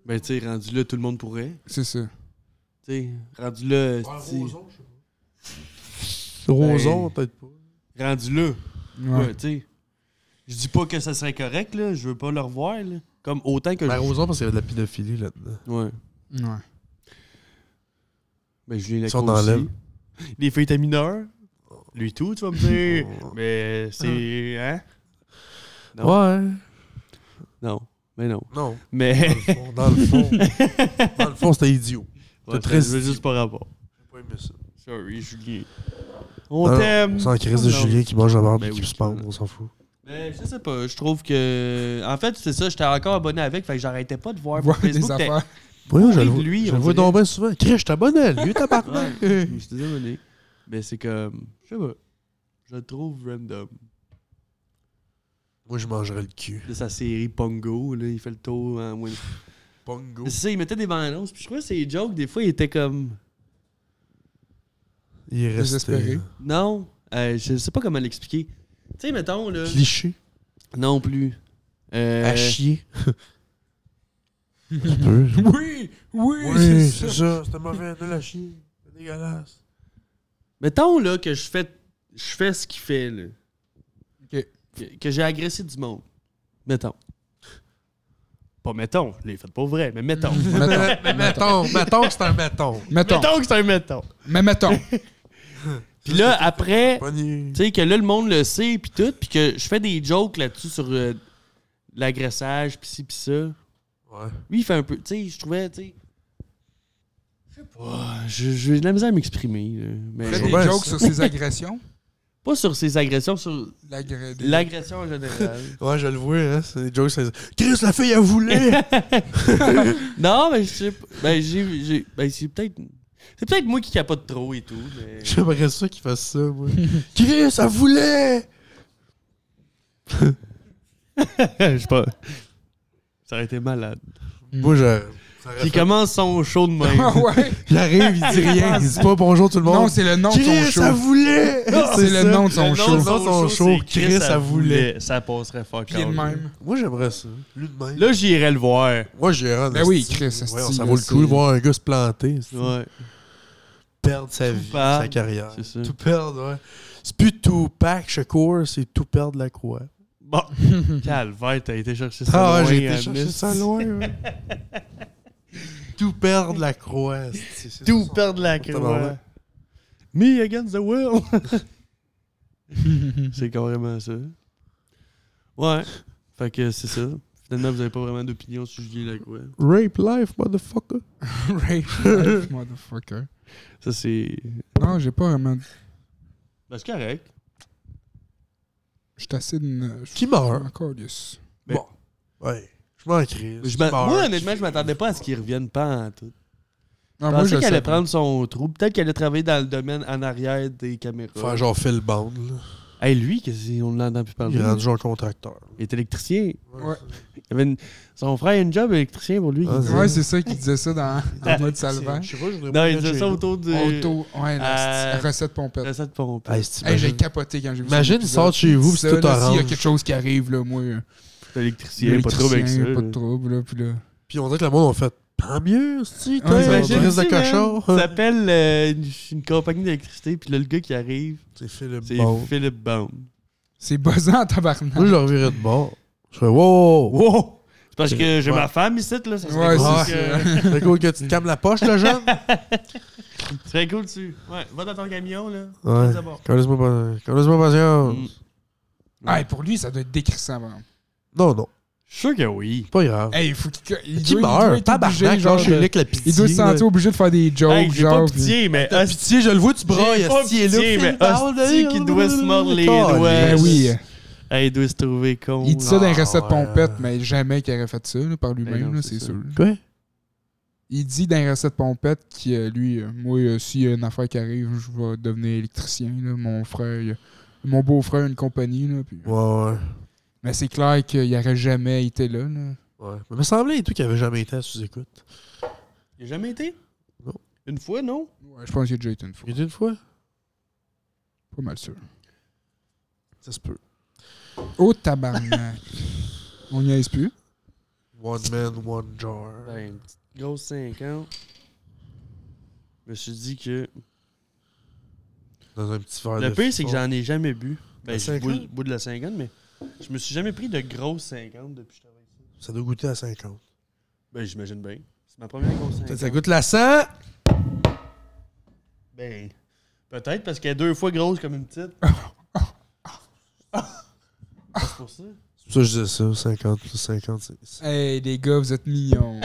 Ben, tu sais, rendu là, tout le monde pourrait.
C'est ça.
Tu sais, rendu là. esti,
Ben, Roson, peut-être pas.
rendu là.
Ouais.
Ouais, tu sais. Je dis pas que ça serait correct, là. Je veux pas le revoir, là. Comme autant que
Ben,
je.
Roson, parce qu'il y avait de la pédophilie là-dedans.
Ouais.
Ouais.
Ben, Julien
Si
Lacroix
on enlève.
aussi. Les filles étaient mineures. Lui tout, tu vas me dire.
Oh.
Mais c'est.
Ah.
Hein?
Ouais.
Non. Mais non.
Non.
Mais.
Dans le fond, dans le fond, dans le fond c'était idiot.
Ouais,
très-
Je veux juste pas rapport.
J'ai pas aimé ça.
Sorry, Julien. On
Non,
t'aime.
Sans crise de
Non.
Julien qui mange la merde et
Ben
qui
oui.
se pend, on s'en fout.
Mais Ben, je sais pas, je trouve que. En fait, c'est ça, j'étais encore abonné avec, fait que j'arrêtais pas de voir.
Voir
Facebook,
des
t'es-
affaires.
Oui, je
de
le vois.
lui,
je
on
le vois
dirait.
donc bien souvent. Crèche, t'abonnes à lui, tabarnak.
Ouais, je suis abonné. Mais c'est comme. Je sais pas. Je le trouve random.
Moi, je mangerais le cul.
De sa série Pongo, là, il fait le tour en win.
Pongo.
Mais c'est ça, il mettait des bandes annonces, puis je crois que c'est joke, des fois, il était comme.
Il est
Désespéré.
resté.
Non, euh, je sais pas comment l'expliquer. Tu sais, mettons, là.
euh, Cliché.
Non plus. Euh,
À chier. tu peux.
Oui! Oui!
Oui,
c'est
c'est
ça.
ça. C'était mauvais. De la chier. C'est dégueulasse.
Mettons, là, que je fais, je fais ce qu'il fait, là.
Ok.
que, que j'ai agressé du monde. Mettons. Pas mettons, je l'ai fait pour vrai, mais mettons.
Mettons.
Mais mettons, mettons que c'est un mettons.
Mettons.
mettons que c'est un mettons.
Mais mettons.
Puis là, après,
Pogné.
tu sais, que là, le monde le sait, puis tout, puis que je fais des jokes là-dessus sur euh, l'agressage, puis ci, puis ça.
Ouais.
Lui, il fait un peu. Tu sais, je trouvais, tu sais. Je sais pas. je- J'ai de la misère à m'exprimer. là, Mais
Fais
Je
des
vois bien
jokes
ça.
sur ses agressions.
pas sur ses agressions, sur
L'agré- des-
l'agression en général.
Ouais, je le vois, hein. C'est des jokes. c'est- Chris, la fille, elle voulait.
non, mais je sais pas. Ben, j'ai. j'ai- Ben, c'est peut-être. C'est peut-être moi qui capote trop et tout, mais.
J'aimerais ça qu'il fasse ça, moi. Chris, elle voulait.
Je sais pas. Ça aurait été malade.
Moi, je. ça aurait
Puis il
fait-
commence son show de
Ah
même.
ouais?
Il arrive, il dit rien. Il dit pas bonjour tout le monde.
Non, c'est le nom de son
Chris,
show.
ça voulait.
C'est le nom de son
Le nom de
show.
son
Son show,
show, c'est
Chris, ça voulait.
Ça passerait fuck
Pied de
all.
même.
Moi, j'aimerais ça. Lui de même.
Là, j'irais le voir.
Moi, j'ai un.
Ben oui,
esti.
Chris, esti,
Ouais, ça
là,
vaut le
c'est-
coup de voir un gars se planter. esti.
Ouais.
Perdre sa
Tout
vie,
perdre,
sa carrière.
c'est ça.
Tout perdre, ouais. C'est plus tout pack, Shakur, c'est tout perdre la croix.
Bon. Calvaire, t'as été chercher ça.
Ah ouais,
loin,
j'ai été
Alice.
chercher ça loin. ouais. tout perdre la croix. esti, c'est
Tout
ça.
perdre la croix.
Tabarnak.
Me against the world. c'est carrément ça. Ouais. Fait que c'est ça. Finalement, vous avez pas vraiment d'opinion sur Julien Lacroix.
Rape life, motherfucker.
Rape life, motherfucker.
Ça, c'est.
Non, j'ai pas vraiment.
Ben, c'est correct.
Je suis assez de.
Qui meurt?
Encore plus.
Ouais. Je m'en crie.
Je m'en- moi, honnêtement, je m'attendais pas à ce qu'il revienne pas en tout.
Non,
Je pensais
Ah, sais
qu'elle allait
pas.
prendre son trou. Peut-être qu'elle allait travailler dans le domaine en arrière des caméras.
Faire genre Phil Bond, là.
Hey, lui, qu'est-ce qu'on l'entend plus
Il
parler.
est rendu genre contracteur.
Il est électricien.
Ouais,
Il avait une- Son frère a une job électricien pour lui.
Ah,
ouais c'est ça qu'il disait ça dans, dans mode salvage.
Je sais pas, je voudrais
Non,
pas
il
catcher,
disait ça
là.
autour du.
Auto, ouais, la
Euh,
petite recette pompette.
Recette pompe.
Hey, c'est-
Hey, j'ai
imagine-
capoté quand j'ai vu
Imagine, il sort de chez vous, c'est tout
Il y a
orange.
quelque chose qui arrive, là, moi. euh,
Électricien, pas de trouble avec ça.
l'électricien, Pas de
là.
trouble, là, puis là.
Puis on dirait que le monde a fait Tant mieux, si,
Ouais,
toi,
ça va
imagine,
bien.
reste de
tu sais, man,
cochon.
Ça s'appelle euh, une, une compagnie d'électricité, puis là, le gars qui arrive,
C'est Phil
c'est
Bond.
Philippe Bond.
C'est buzzant en
Moi,
tabarnak.
je le revirais de bord. Je fais Wow! Ah,
Wow! C'est parce que j'ai
Ouais.
ma femme ici, là. Ça serait
Ouais,
cool
Ah, c'est
que-
C'est cool que tu te calmes la poche, le jeune.
ça serait cool dessus. Ouais, va dans ton camion, là.
Ouais. Oh.
D'abord.
Connaisse-moi pas. Connaisse-moi patience.
Mm.
Hey, pour lui, ça doit être décrissant, vraiment.
Non, non.
Je suis sûr que oui.
Pas grave.
Hey, il faut qu'il. il
Qui
doit- il doit
meurt?
être obligé,
Tabarnak,
genre,
genre, chez
de-
Lick, la pitié.
Il doit se sentir
là.
obligé de faire des jokes,
Hey, j'ai pas
genre. puis-
pitié, mais
T'as pitié, je le vois, tu brailles.
J'ai pas
hostie, il est là,
pitié,
Phil
mais
Bond,
hostie qui doit se mordre les doigts.
Ben
Yes.
oui.
hey, il doit se trouver con.
Il dit ça dans les
Ah,
recettes
ouais.
pompettes, mais jamais qu'il aurait fait ça là, par
Ben
lui-même,
non,
là,
c'est
c'est
ça.
sûr.
Quoi?
Il dit dans les recettes pompettes que euh, lui, euh, moi, euh, s'il y a une affaire qui arrive, je vais devenir électricien. là. Mon frère, il a- mon beau-frère a une compagnie. Là, puis- euh.
Ouais, ouais.
Mais c'est clair qu'il n'aurait jamais été là. là.
Ouais. Mais il me semblait et tout qu'il avait jamais été à sous-écoute.
Il a jamais été?
Non.
Une fois, non?
Ouais, je pense qu'il a déjà été une fois.
Il était une fois?
Pas mal sûr.
Ça se peut.
Oh tabarnak. On n'y est plus.
One man, one jar.
Ben, une petite grosse 50. Je me suis dit que.
Dans un petit verre
Le
de
pire, c'est que
fond.
j'en ai jamais bu. Ben,
La
je bois le
50?
bout de la 50, mais je me suis jamais pris de grosse 50 depuis que je travaille ici.
Ça doit goûter à 50.
Ben, j'imagine bien. C'est ma première grosse 50.
goûte la 100?
Ben, peut-être parce qu'elle est deux fois grosse comme une petite. c'est pour ça.
C'est pour ça que je disais ça, 50 plus 50. c'est- c'est-
Hey les gars, vous êtes mignons.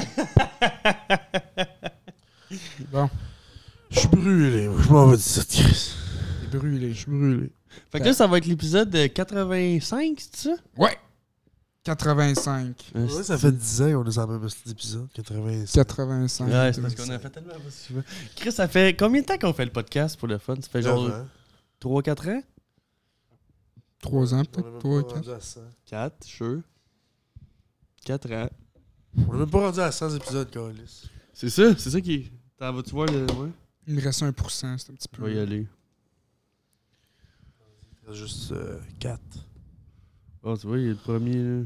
bon,
Je suis brûlé, moi. Je m'en vais de cette crise.
c'est brûlé.
Je suis brûlé.
Fait que là, ça va être l'épisode de 85, c'est ça?
Ouais. 85.
Ouais, ça fait 10 ans qu'on est dans le même épisode. 85.
85.
Ouais, c'est parce qu'on a fait tellement pas souvent. Chris, ça fait combien de temps qu'on fait le podcast pour le fun? Ça fait genre 3-4 ans?
3 ans peut-être, 3 4.
4, sure. 4 ans.
On n'est même pas rendu à 100 épisodes, Carlis.
C'est ça, c'est ça qui. T'en vas-tu voir le. Ouais?
Il me reste 1%, c'est un petit peu.
aller.
Il reste juste euh, 4.
Oh, tu vois, il est le premier. Là.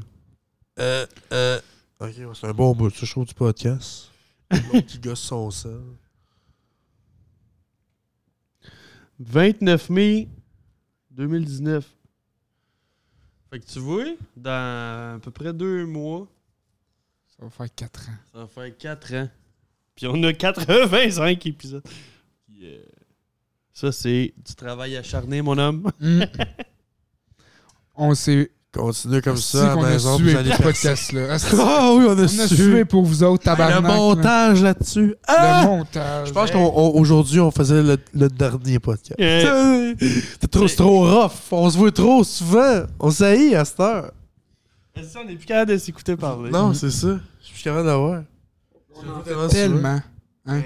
Euh, euh. Ok, ouais, c'est un bon bout, ça, je trouve, du podcast. L'autre qui gosse son sel.
29 mai 2019. Fait que tu vois, dans à peu près deux mois,
Ça va faire 4 ans.
ça va faire 4 ans. Puis on a 85 épisodes. Yeah. Ça, c'est du travail acharné, mon homme.
Hmm. on s'est.
Continue comme
Ah, Si
ça à
qu'on
la
a
maison,
sué
vous
pour
allez
ce
percer.
podcast-là. Ah, c'est-
Ah oui, on a,
On a sué pour vous autres,
Le
tabarnak. là.
montage là-dessus. Ah!
Le montage.
Je pense qu'aujourd'hui, on faisait le, le dernier podcast.
Yeah.
T'es trop, c'est trop rough. On se voit trop souvent. On s'haït à cette heure.
Si on est plus capable de s'écouter parler.
Non, c'est ça. Je suis capable d'avoir.
On en a fait tellement. Hein?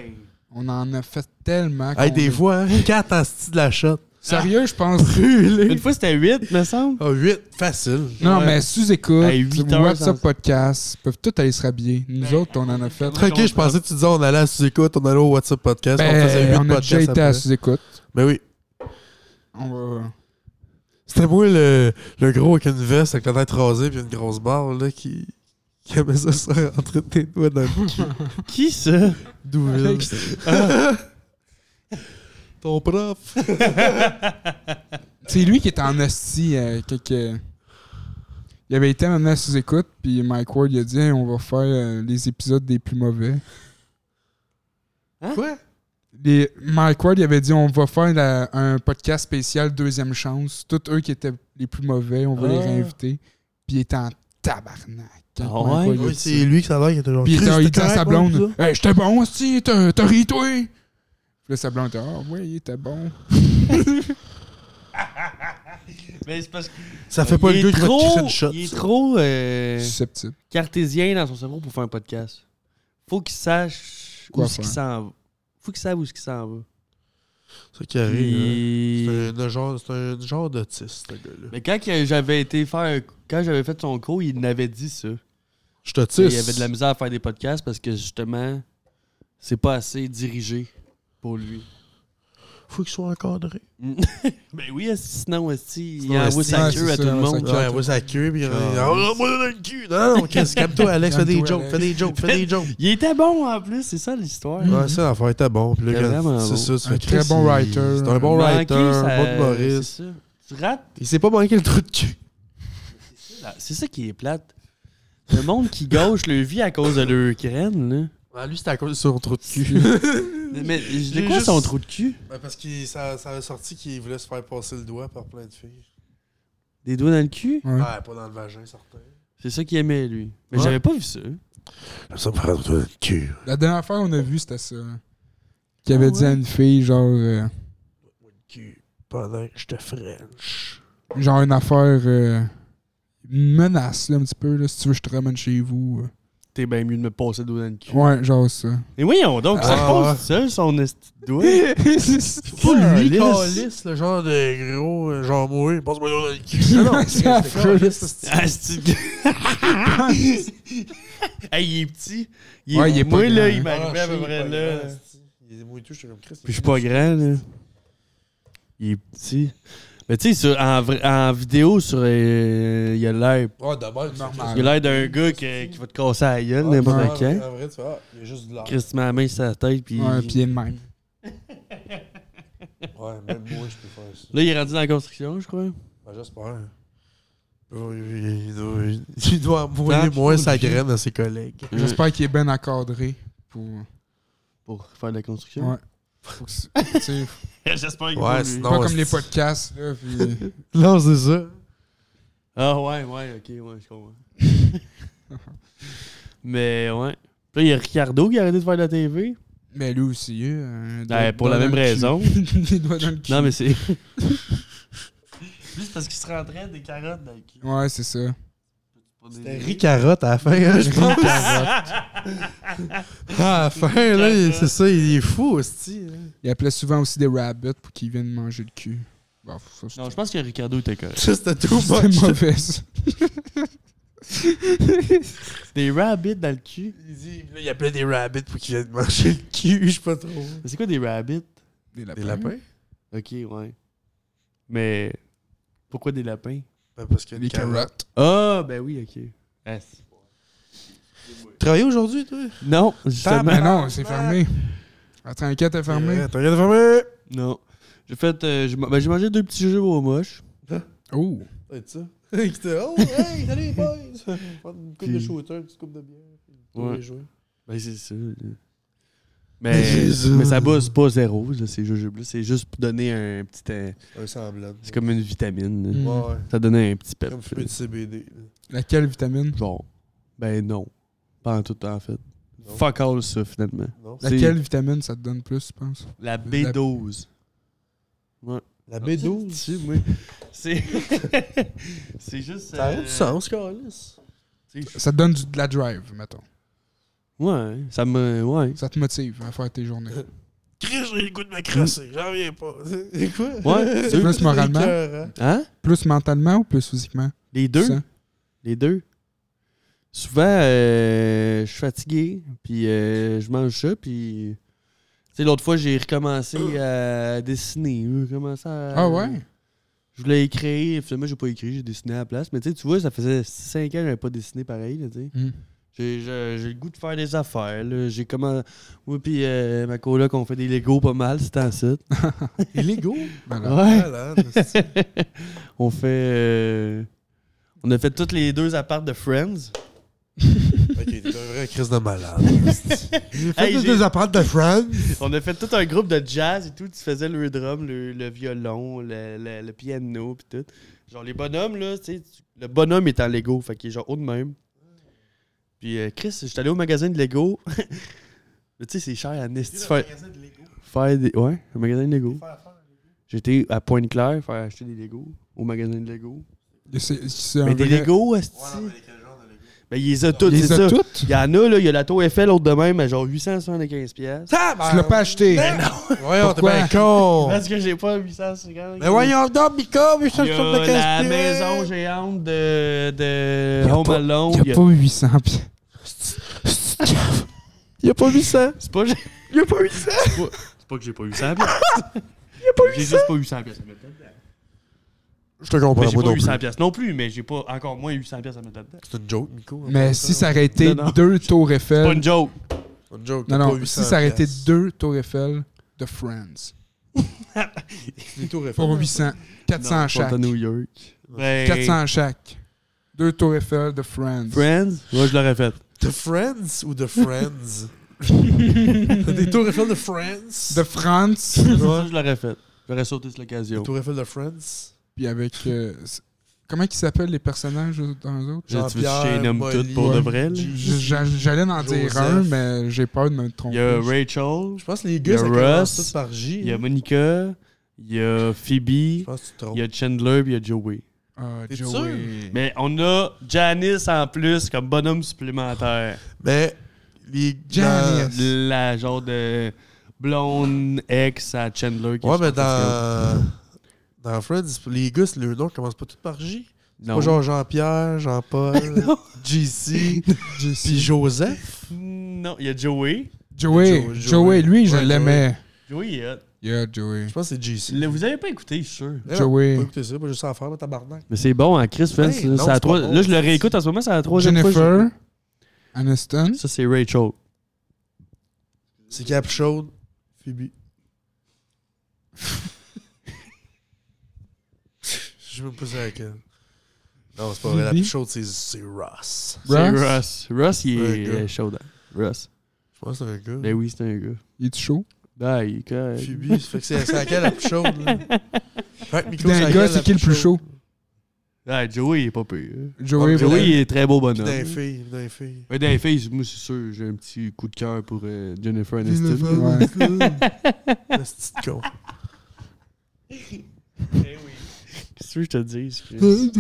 On en a fait tellement.
Hey,
qu'on-
des fois, hein, 4 en style de la shot.
Sérieux, je pense.
Une
Brûlé.
fois, c'était 8, me semble.
Ah, 8, facile.
Non,
Ouais.
mais sous-écoute,
Hey, huit heures
WhatsApp
sans-
Podcast, ils peuvent tous aller se rhabiller. Nous
Ben,
autres, on en a fait.
Ouais,
Ok, je pensais que tu disais on allait à sous-écoute, on allait au WhatsApp podcast, on faisait 8
Ben, on a
podcasts.
déjà été
après.
à sous-écoute.
Ben oui.
On va.
C'était moi le, le gros avec une veste, avec la tête rasée, puis une grosse barre, là, qui, qui aimait ça se rentrer tes doigts dans le cul.
Qui ça?
Douville. Ton prof.
C'est lui qui était en hostie. euh, quand que- Il avait été amené à sous-écoute, puis Mike Ward il a dit Hey, on va faire euh, les épisodes des plus mauvais.
Hein?
Quoi?
Les... Mike Ward il avait dit on va faire la- un podcast spécial Deuxième Chance. Tous eux qui étaient les plus mauvais, on va les
Ah.
réinviter. Puis il était en tabarnak.
Ah
Quand même pas,
ouais?
il a
Oui,
dit
c'est
ça.
lui qui s'avère qui était genre.
Puis il
Christ,
était il était à
correct,
sa
ouais,
blonde. Hey, j'étais bon, aussi, t'as t'as ri, toi. Puis là, sa blonde était, ah, ouais, il était bon.
Mais c'est parce que.
Ça Ça fait pas
il
le
est
gars qui va te
trop-
crisser une shot.
Il est
ça.
trop euh,
Susceptible.
cartésien dans son cerveau pour faire un podcast. Faut qu'il sache
Quoi
où ce qu'il
faire?
s'en va. Faut qu'il sache où ce qu'il s'en va.
C'est qui arrive.
Puis-
hein. C'est un genre- C'est un genre d'autiste, ce gars-là.
Mais quand que j'avais été faire. Quand j'avais fait son cours, il n'avait dit ça.
Je
Il
t'autiste.
y avait de la misère à faire des podcasts parce que justement, c'est pas assez dirigé pour lui.
Faut qu'il soit encadré.
Ben oui, est-ce que sinon, est-ce qu'il
Sinon,
envoie
est-ce
sa
que-
queue
Ouais,
à
c'est
tout
ça,
le
sa
monde?
queue.
Ouais, ouais, sa queue, puis il
Ah.
oh, moi dans le cul. Non, non, Chris, calme-toi, Alex, fais des
Calme-toi,
jokes,
Alex.
fais des jokes, fais des jokes.
Il était bon en plus, c'est ça l'histoire.
Ouais, ça, l'affaire était bon. Puis là,
C'était
quand-
vraiment
c'est
bon.
ça, tu
Un
fais
très
Chris,
bon
il-
writer. hein.
C'est un bon
Manquer,
writer, un bon
ça-
humoriste.
c'est ça. Tu rates,
Il s'est pas manqué le trou de cul.
là. Ah, c'est ça qui est plate. Le monde qui gauche le vit à cause de leur crâne, là.
Ah, lui, c'était à cause de son trou de cul.
Mais
J'ai
de quoi
juste-
son trou de cul?
Ben, parce que ça, ça a sorti qu'il voulait se faire passer le doigt par plein de filles.
Des doigts dans le cul?
Ouais.
Ah, pas dans le vagin, certain.
C'est ça qu'il aimait, lui. Mais
Ouais.
j'avais pas vu ça.
Ça me fait un trou de cul.
La dernière fois qu'on a vu, c'était ça. Qui avait
Ah
dit à
ouais?
une fille, genre, euh,
cul pendant que je te French.
genre une affaire euh, menace, là, un petit peu. Là, si tu veux, je te ramène chez vous.
T'es bien mieux de me passer le doigt dans le cul.
Ouais, genre ça.
Et voyons donc, ça
Ah,
pose
ouais.
seul son esti de doigt.
C'est
Pas lui,
Calisse.
Calisse, le genre de gros, euh, genre moué, passe-moi le doigt dans le cul.
affreux.
Ah, c'est hey, il est petit. Il est, Ah,
Ouais, il est pas
moi, là,
grand, hein.
il m'arrivait à peu près là.
Il est mouillé tout, j'étais comme Chris.
Puis je suis pas grand, là. Il est petit. Mais tu sais, sur- en, vrai- en vidéo, sur, euh, il a l'air.
Oh, d'abord, tu fais
Normal.
Chris.
Il a l'air d'un gars que- qui va te casser la gueule
Ah,
ouais.
n'importe
tu vois,
quand.
En vrai, tu vois, il y a juste de l'air.
Chris, tu mets la main sur sa tête, puis.
Ouais, pied de même.
Ouais, même moi, je peux faire ça.
Là, il est rendu dans la construction, je crois.
Ben, j'espère. Oh, Il il doit, il doit mouiller
Dans
moins
le
sa
cul.
graine à ses collègues.
Euh.
J'espère qu'il est bien encadré. Pour,
Pour faire de la construction.
ouais. Faut que c'est- tu sais,
J'espère qu'il
Ouais,
va, lui.
sinon-
pas
Non,
comme les
c'est-
podcasts. Là, puis- euh,
Non, c'est ça.
Ah ouais, ouais, ok, ouais, je comprends. Mais ouais. Puis Là, il y a Ricardo qui a arrêté de faire de la TV.
Mais lui aussi. euh,
Ben,
doigt-
pour la
doigt dans le cul.
même raison.
les doigts dans le cul.
Non, mais c'est. Juste parce qu'il se rentrait des carottes dans le cul.
Ouais, c'est ça.
C'était Ricarotte à la fin, hein, je pense. à la fin, là, il- c'est ça, il est fou, hostie. hein.
Il appelait souvent aussi des rabbits pour qu'ils viennent manger le cul. Bon, ça,
Non, je
c'était-
pense que Ricardo était correct.
Ça, C'était tout
c'était
moche.
mauvais. ça.
Des rabbits dans le cul.
Il dit, là, il appelait des rabbits pour qu'ils viennent manger le cul, je sais pas trop.
Mais c'est quoi des rabbits
Des lapins.
Des lapins?
Ok, ouais. Mais. Pourquoi des lapins
Ben, parce qu'il y a
Des carottes.
Ah, ben oui, ok.
Travailler aujourd'hui, toi?
Non,
Mais
justement.
non, c'est fermé. La t'inquiète, est fermée.
Ouais, T'as rien de fermé?
Non. J'ai fait. euh, j'ai ma- ben, j'ai mangé deux petits jeux au moche.
Oh.
C'est ça. Il était, oh, hey, salut, les boys! Prendre Une coupe de
Puis-
shooter, une petite coupe de bière.
Ouais.
Ouais. Jouer.
Ben, c'est ça. là.
Ben,
Mais,
c'est ça.
mais ça bosse pas zéro, là, ces jeux là C'est juste pour donner un petit. euh,
Un semblant.
c'est comme une vitamine. là.
Mm.
Ouais, ouais.
Ça donnait un petit pep.
Comme fumer
là.
du CBD. là.
Laquelle vitamine
Genre. Ben non. Pas en tout temps, en fait.
Non.
Fuck all ça, finalement.
Non?
C'est-
Laquelle vitamine ça te donne plus, je pense
La
B12.
La
Tu
B12.
sais, moi, C'est. c'est juste.
Ça a
euh,
du sens, Carlis.
tu sais,
Ça te donne du- de la drive, mettons.
Ouais, ça me. Ouais.
Ça te motive à faire tes journées.
Chris, j'ai le goût de me crasser. J'en reviens pas. C'est Mm. quoi?
Ouais,
c'est plus moralement.
écœurant.
Hein?
Plus mentalement ou plus physiquement
Les deux?
Ça?
Les deux. Souvent, euh, je suis fatigué, puis euh, je mange ça, puis... Tu sais, l'autre fois, j'ai recommencé à dessiner. J'ai recommencé à...
Ah ouais
Je voulais écrire, finalement, j'ai pas écrit, j'ai dessiné à la place. Mais tu sais, tu vois, ça faisait 5 ans que j'avais pas dessiné pareil, là, tu sais.
Hmm.
J'ai j'ai- j'ai le goût de faire des affaires, là. J'ai comment... Moi puis euh, ma coloc, on fait des Legos pas mal, c'est en site.
Illégaux?
Malade.
Ouais!
Malade. c'est-
on fait... euh, On a fait toutes les deux à part de Friends.
Ok, t'es un vrai Chris de malade. J'ai fait
Hey,
des-
j'ai-
des apprentes de France.
On a fait tout un groupe de jazz et tout. Tu faisais le drum, le, le violon, le, le- le piano, puis tout. Genre, les bonhommes, là, tu sais, tu- le bonhomme est en Lego, fait qu'il est genre haut de même. Puis, euh, Chris, j'étais allé au magasin de Lego. Mais tu sais, c'est cher à Nesti. Faire,
de Lego.
faire des. Ouais, un magasin de Lego. J'étais à Pointe-Claire faire acheter des Lego au magasin de Lego.
C'est- c'est un
Mais des
vrai-
Lego, esti. Ben, ils les a toutes,
Il
c'est
les
ça.
a toutes?
Il y en a, là, il y a la Tour Eiffel, l'autre de même, à genre 875$. piastres.
Tu l'as pas acheté.
Ben
Ben
hein?
Voyons, t'es
Ben Pourquoi? Ben,
bien con.
Parce que j'ai pas 850$.
Mais voyons donc, Mika, mais je
Il
te
y
trouve de
a la
casse-pied.
maison géante de, de
Il y a
Home
pas-
Alone.
Il
Il
n'y
y
a
a-
pas 800 pieds.
Il a pas vu ça.
C'est pas, c'est
Il a pas vu ça.
pas que j'ai pas 800$. Il y a pas 800$. J'ai juste pas 800$. à mettre là-dedans.
Je te comprends,
Mais j'ai
moi
pas
non plus. Euh,
800$ non plus, mais j'ai pas encore moins 800$ à mettre là-dedans.
C'est une joke, hein. Nico.
Mais si ça aurait été
Non, non.
deux tours
C'est pas
Eiffel.
une joke.
C'est une joke.
Non,
t'as pas
non,
800
si ça aurait été
piastres.
deux tours Eiffel de Friends.
Les tours Eiffel.
Pour 800. 400
Non,
chaque.
pas à New York. Ben,
400 chaque. Deux tours Eiffel de Friends.
Friends, moi je l'aurais fait.
The Friends ou The Friends? T'as des tours Eiffel de Friends?
De France.
Ça, je l'aurais fait. J'aurais sauté cette
Des
occasion.
tours Eiffel de Friends?
Puis avec. euh, c- comment ils s'appellent les personnages dans les autres
Je- tu veux que je
Jean-Pierre,
les nomme
Molly,
toutes pour
de
vrai, là?
Je- j'a- J'allais en dire
Joseph.
un, mais j'ai peur de me
Il
tromper.
y a Rachel,
Je pense que les
Il y
gars,
a
ça commence
Russ,
tous par J.
il y
hein.
a Monica, il y a
Je
Phoebe,
pense que tu te trompes.
il y a Chandler, puis il y a Joey.
Ah,
T'es
Joey.
Mais on a Janice en plus comme bonhomme supplémentaire.
Mais les
Janice.
dans-
La genre de blonde ex à Chandler. qui
Ouais,
est
mais
super
dans... Dans Friends, les gars, le nom commence pas tout par J.
spéciale.
Pas
Non.
genre Jean-Pierre, Jean-Paul, JC, puis Joseph.
Non, il y a Joey.
Joey.
Joe- Joey.
Joey, lui, je
Ouais,
l'aimais.
Joey, il est hot.
Yeah, Joey.
Je pense que c'est JC.
Le- vous avez pas écouté, je suis sûr.
Eh non,
Joey.
Pas écouter ça, pas juste en faire, là, tabarnak.
Mais c'est bon, hein, Chris Fence.
Hey, non, c'est pas bon.
Là, je le réécoute en ce moment, c'est la troisième fois.
Jennifer Aniston.
Ça, c'est Rachel.
C'est Cap Chaude, Phoebe. Je vais me poser avec elle. Non, c'est pas vrai. La
Phoebe?
plus chaude, c'est- c'est Ross.
C'est
Russ.
Russ. Russ, il
Un gars.
est chaud. hein. Russ.
Je pense que c'est un gars.
Ben oui, c'est un gars.
Il est chaud.
Ben, il est correct.
Phoebe, ça fait que c'est c'est laquelle la plus chaude? Là. Fait que Miko,
D'un
laquelle
gars,
la
c'est qui le plus chaud?
Ah, Joey, il est pas pire.
Joey. voilà.
Ah,
Joey, il est très beau
Puis
bonhomme.
D'un fille, d'un fille.
Ouais, Ben, dans les filles, moi, c'est sûr, j'ai un petit coup de cœur pour euh, Jennifer Aniston.
Ouais.
Le petit con.
Ben Qu'est-ce que tu veux que je te dise? Chris?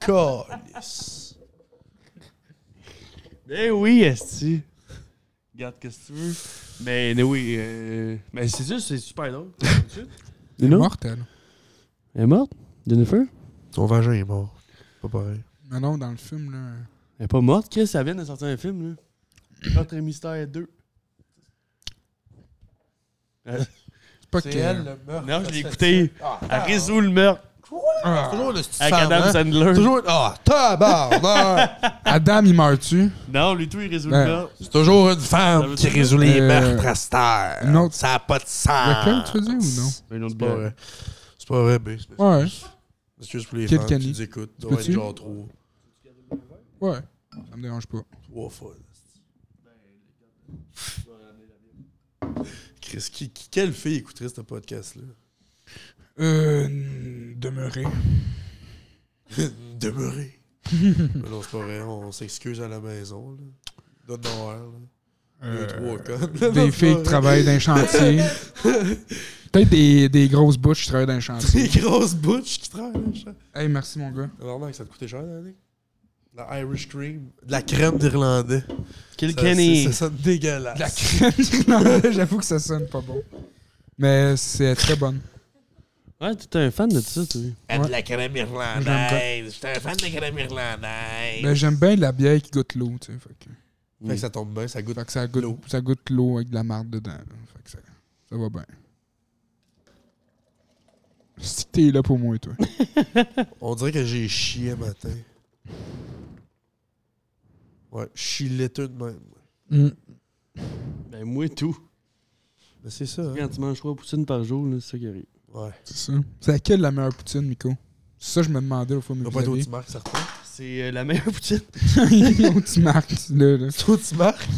Calice.
ben oui, Esti. Regarde, qu'est-ce que tu veux. Mais ben, oui, euh... ben, c'est sûr, c'est super drôle.
Il est mortel.
Elle est morte, Jennifer?
Son vagin est mort. Pas pareil.
Mais non, dans le film, là.
Elle est pas morte, Chris, elle vient de sortir un film, là. Notre mystère 2.
C'est pas que.
le meurtre.
Non, je l'ai écouté.
Ah,
Elle résout le meurtre
Ah.
Toujours le petit hein?
avec Adam Sandler.
Toujours. Ah, tabarnak!
Adam, il meurt-tu?
Non, lui, tout, il résout
Ben,
le meurtre.
C'est toujours une
Ça
femme
veut
qui
dire-
résout les
Euh,
meurtres à cette heure.
une autre-
Ça n'a pas de sens.
Raquel, tu veux dire, ou non?
Une autre
C'est pas
bière.
vrai. C'est pas vrai, B.
Ouais.
Excuse pour les
Kid
femmes
Kenny.
qui nous écoutent. Tu dois être
peux-tu?
genre trop.
Ouais. Ça me dérange pas.
Trois fois.
Ben,
Chris, qui, qui- quelle fille écouterait ce podcast-là?
Euh. Demeurer.
Demeurer. Mais non, c'est pas vrai. On s'excuse à la maison. là. Donne d'honneur. là. Deux, trois connes.
Euh, Des filles qui travaillent dans un chantier. Peut-être des, des grosses bouches qui travaillent dans un chantier.
Des grosses bouches qui travaillent. dans le champ.
Hey, merci, mon gars.
Vraiment, ça te coûtait cher, l'année? La Irish cream. De la crème d'Irlandais.
Kill
Ça-
Kenny.
Ça, ça sonne dégueulasse.
De la crème d'Irlandais, j'avoue que ça sonne pas bon. Mais c'est très bonne.
Ouais, t'es un fan de ça, tu
Ouais.
la crème
J'aime
irlandaise. J'étais un fan de crème irlandaise.
Mais j'aime bien la bière qui goûte l'eau, tu sais. Fait que,
Fait que ça tombe bien, ça goûte.
fait que ça goûte
L'eau.
ça goûte l'eau avec de la marde dedans. là. Fait que ça, ça va bien. Si t'es là pour moi, toi.
On dirait que j'ai chié un matin. Ouais, chie tout de même.
Mm.
Ben, moi, tout.
Mais c'est ça, hein?
Quand tu manges trois poutines par jour, là, c'est ça qui arrive.
Ouais.
C'est ça. C'est laquelle la meilleure poutine, Miko? C'est ça que Ah, je me demandais au fond de
Il
mes
va pas être
vis-à-vis.
au marques, certain.
C'est euh, la meilleure poutine.
Ils tu marques, là, là.
Toi, tu marques?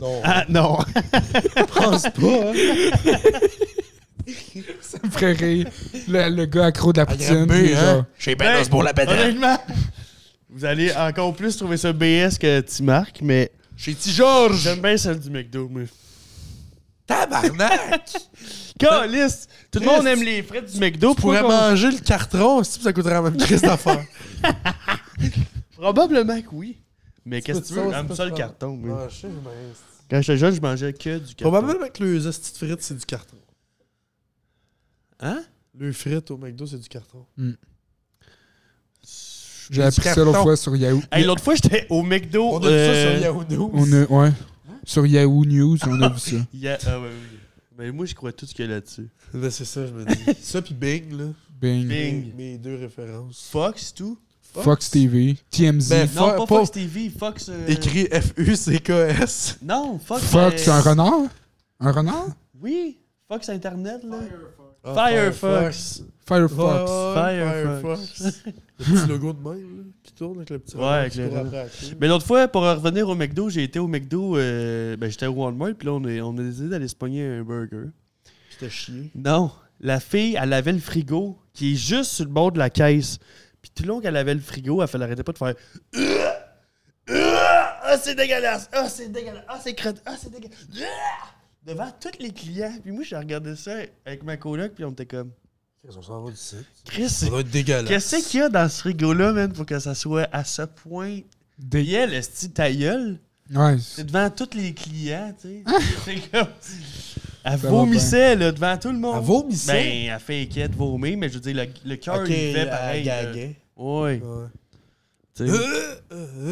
Non,
ah,
Ah, non!
je pense pas. hein.
Ça me ferait rire. le, le gars accro de la poutine.
Regardez,
puis genre,
hein? Chez
Ben,
Benos pour la banane.
Honnêtement, vous allez encore plus trouver ça BS que Timarc, mais
Chez T. Georges.
j'aime bien celle du McDo, moi.
Tabarnak!
Calice! Tout le monde
Christ.
aime les frites du McDo.
Tu pourrais
pourquoi qu'on-
manger le carton si ça coûterait la même Christopher.
Probablement que oui. Mais qu'est-ce que tu
pas
veux?
ça,
J'aime
c'est
ça
pas
le
ça.
carton. moi.
Ah, je sais, mais-
Quand j'étais jeune, je mangeais que du carton.
Probablement que le hostie de frites, c'est du carton.
Hein? Hmm.
Le frites au McDo, c'est du carton.
J'ai appris ça l'autre fois sur Yahoo.
Hey, l'autre fois, j'étais au McDo.
On a vu ça
euh,
sur Yahoo News.
On a, ouais. Sur Yahoo News, on a vu ça.
il y a- ah ouais, oui. Mais moi, je crois tout ce qu'il y a là-dessus.
Ben, c'est ça, je me dis. ça, puis Bing, là.
Bing.
Bing.
Mes deux références.
Fox, tout.
Fox TV. TMZ.
Ben,
Non,
Fo-
pas
pas-
Fox TV, Fox. euh,
Écrit F-U-C-K-S.
Non, Fox.
Fox,
ben,
euh,
un renard? Un renard?
Oui, Fox Internet, là.
Ah,
Firefox.
Firefox.
Firefox.
Firefox. le petit logo de même, là, qui tourne avec le petit
Ouais,
rond
avec
qui
le
tourne
rond.
après la queue.
Mais l'autre fois, pour revenir au McDo, j'ai été au McDo, euh, ben, j'étais au Walmart, puis là, on, est- on a décidé d'aller se pogner un burger.
Puis t'as chié.
Non, la fille, elle avait le frigo qui est juste sur le bord de la caisse. Puis tout le long qu'elle avait le frigo, elle, fait- elle arrêtait pas de faire. Euh, Ah, c'est dégueulasse! Ah, c'est dégueulasse! Ah, c'est crotte! Ah, c'est dégueulasse! Ah! Devant tous les clients. Puis moi, j'ai regardé ça avec ma coloc, puis on était comme.
On s'en va d'ici.
Chris,
Ça doit être dégueulasse.
qu'est-ce qu'il y a dans ce frigo-là, man, pour que ça soit à ce point.
Des-
Yeah, le style ta gueule.
Ouais.
C'est devant tous les clients, tu sais. c'est comme. Elle
va
vomissait, là, devant tout le monde.
Elle vomissait?
Ben, elle fait inquiète, vomir, mais je veux dire, le, le cœur,
Ok, euh,
il fait
elle
pareil.
euh?
là.
gaguait.
Ah.
Ouais.
Ouais.
Tu sais. Je veux
Euh,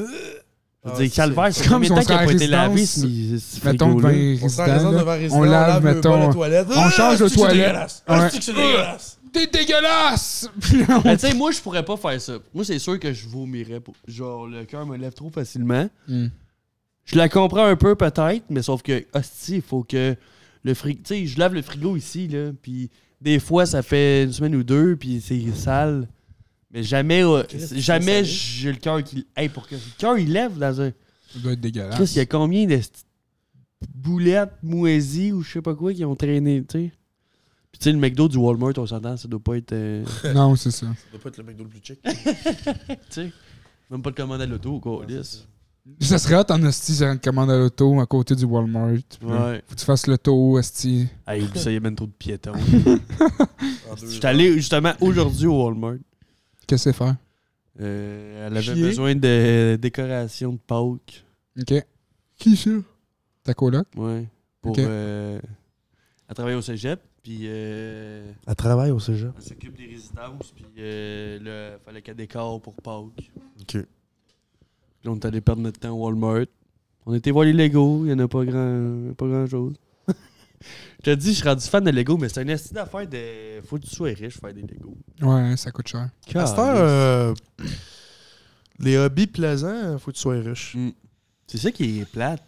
euh, ah,
dire, calvaire,
c'est
c'est combien de
comme
temps
si
qu'il
on
a pas été
serait à
lavé,
résidence.
ce ce
Mettons
frigo-là?
devant les
On
résidents,
s'en résente
là.
devant les résidents,
on lave,
le bol, la
mettons.
toilette.
on change de
Ah, c'est
toilette.
dégueulasse.
Ouais.
Ah, c'est que c'est dégueulasse.
T'es dégueulasse! Puis là, on-
Ah, tu sais, moi, je pourrais pas faire ça. Moi, c'est sûr que je vomirais. Pour... Genre, le cœur me lève trop facilement.
Hmm.
Je la comprends un peu, peut-être, mais sauf que, hostie, il faut que le frigo. Tu sais, je lave le frigo ici, là, puis des fois, ça fait une semaine ou deux, puis c'est sale. Mais jamais, euh,
Qu'est-ce que
jamais
c'est
j'ai le cœur qui. Hey, pour que le cœur, il lève dans un.
Ça doit être dégueulasse.
Chris, il y a combien de sti- boulettes moisies ou je sais pas quoi qui ont traîné, tu sais? Puis, tu sais, le McDo du Walmart, on s'entend, ça doit pas être. euh,
Non, c'est ça.
Ça doit pas être le McDo le plus
Ah,
chic.
Tu sais, même pas de commande à l'auto, quoi. lisse.
Ça serait hot en hostie, j'ai une commande à l'auto à côté du Walmart. Puis là,
Ouais.
Faut que tu fasses le tour, hostie.
Hey, oublie ça, il y a même trop de piétons.
En
Je
deux.
suis allé justement aujourd'hui au Walmart.
Qu'est-ce que c'est faire?
Euh, elle avait
Chier.
besoin de décoration de Pâques.
OK. Qui ça? Ta coloc?
Ouais. Pour.
Ok.
Euh, elle travaille au cégep, puis euh,
Elle travaille au cégep.
elle s'occupe des résidences, puis euh, là, il fallait qu'elle décore pour Pâques.
OK.
Là, on est allé perdre notre temps au Walmart. On était voir les Lego, il n'y en a pas grand, pas grand chose. je te dis, je suis rendu fan de Lego, mais c'est un esti d'affaire de. Faut que tu sois riche pour faire des Lego.
Ouais, ça coûte cher.
À cette heure, euh, les hobbies plaisants, faut que tu sois riche.
C'est ça qui est plate.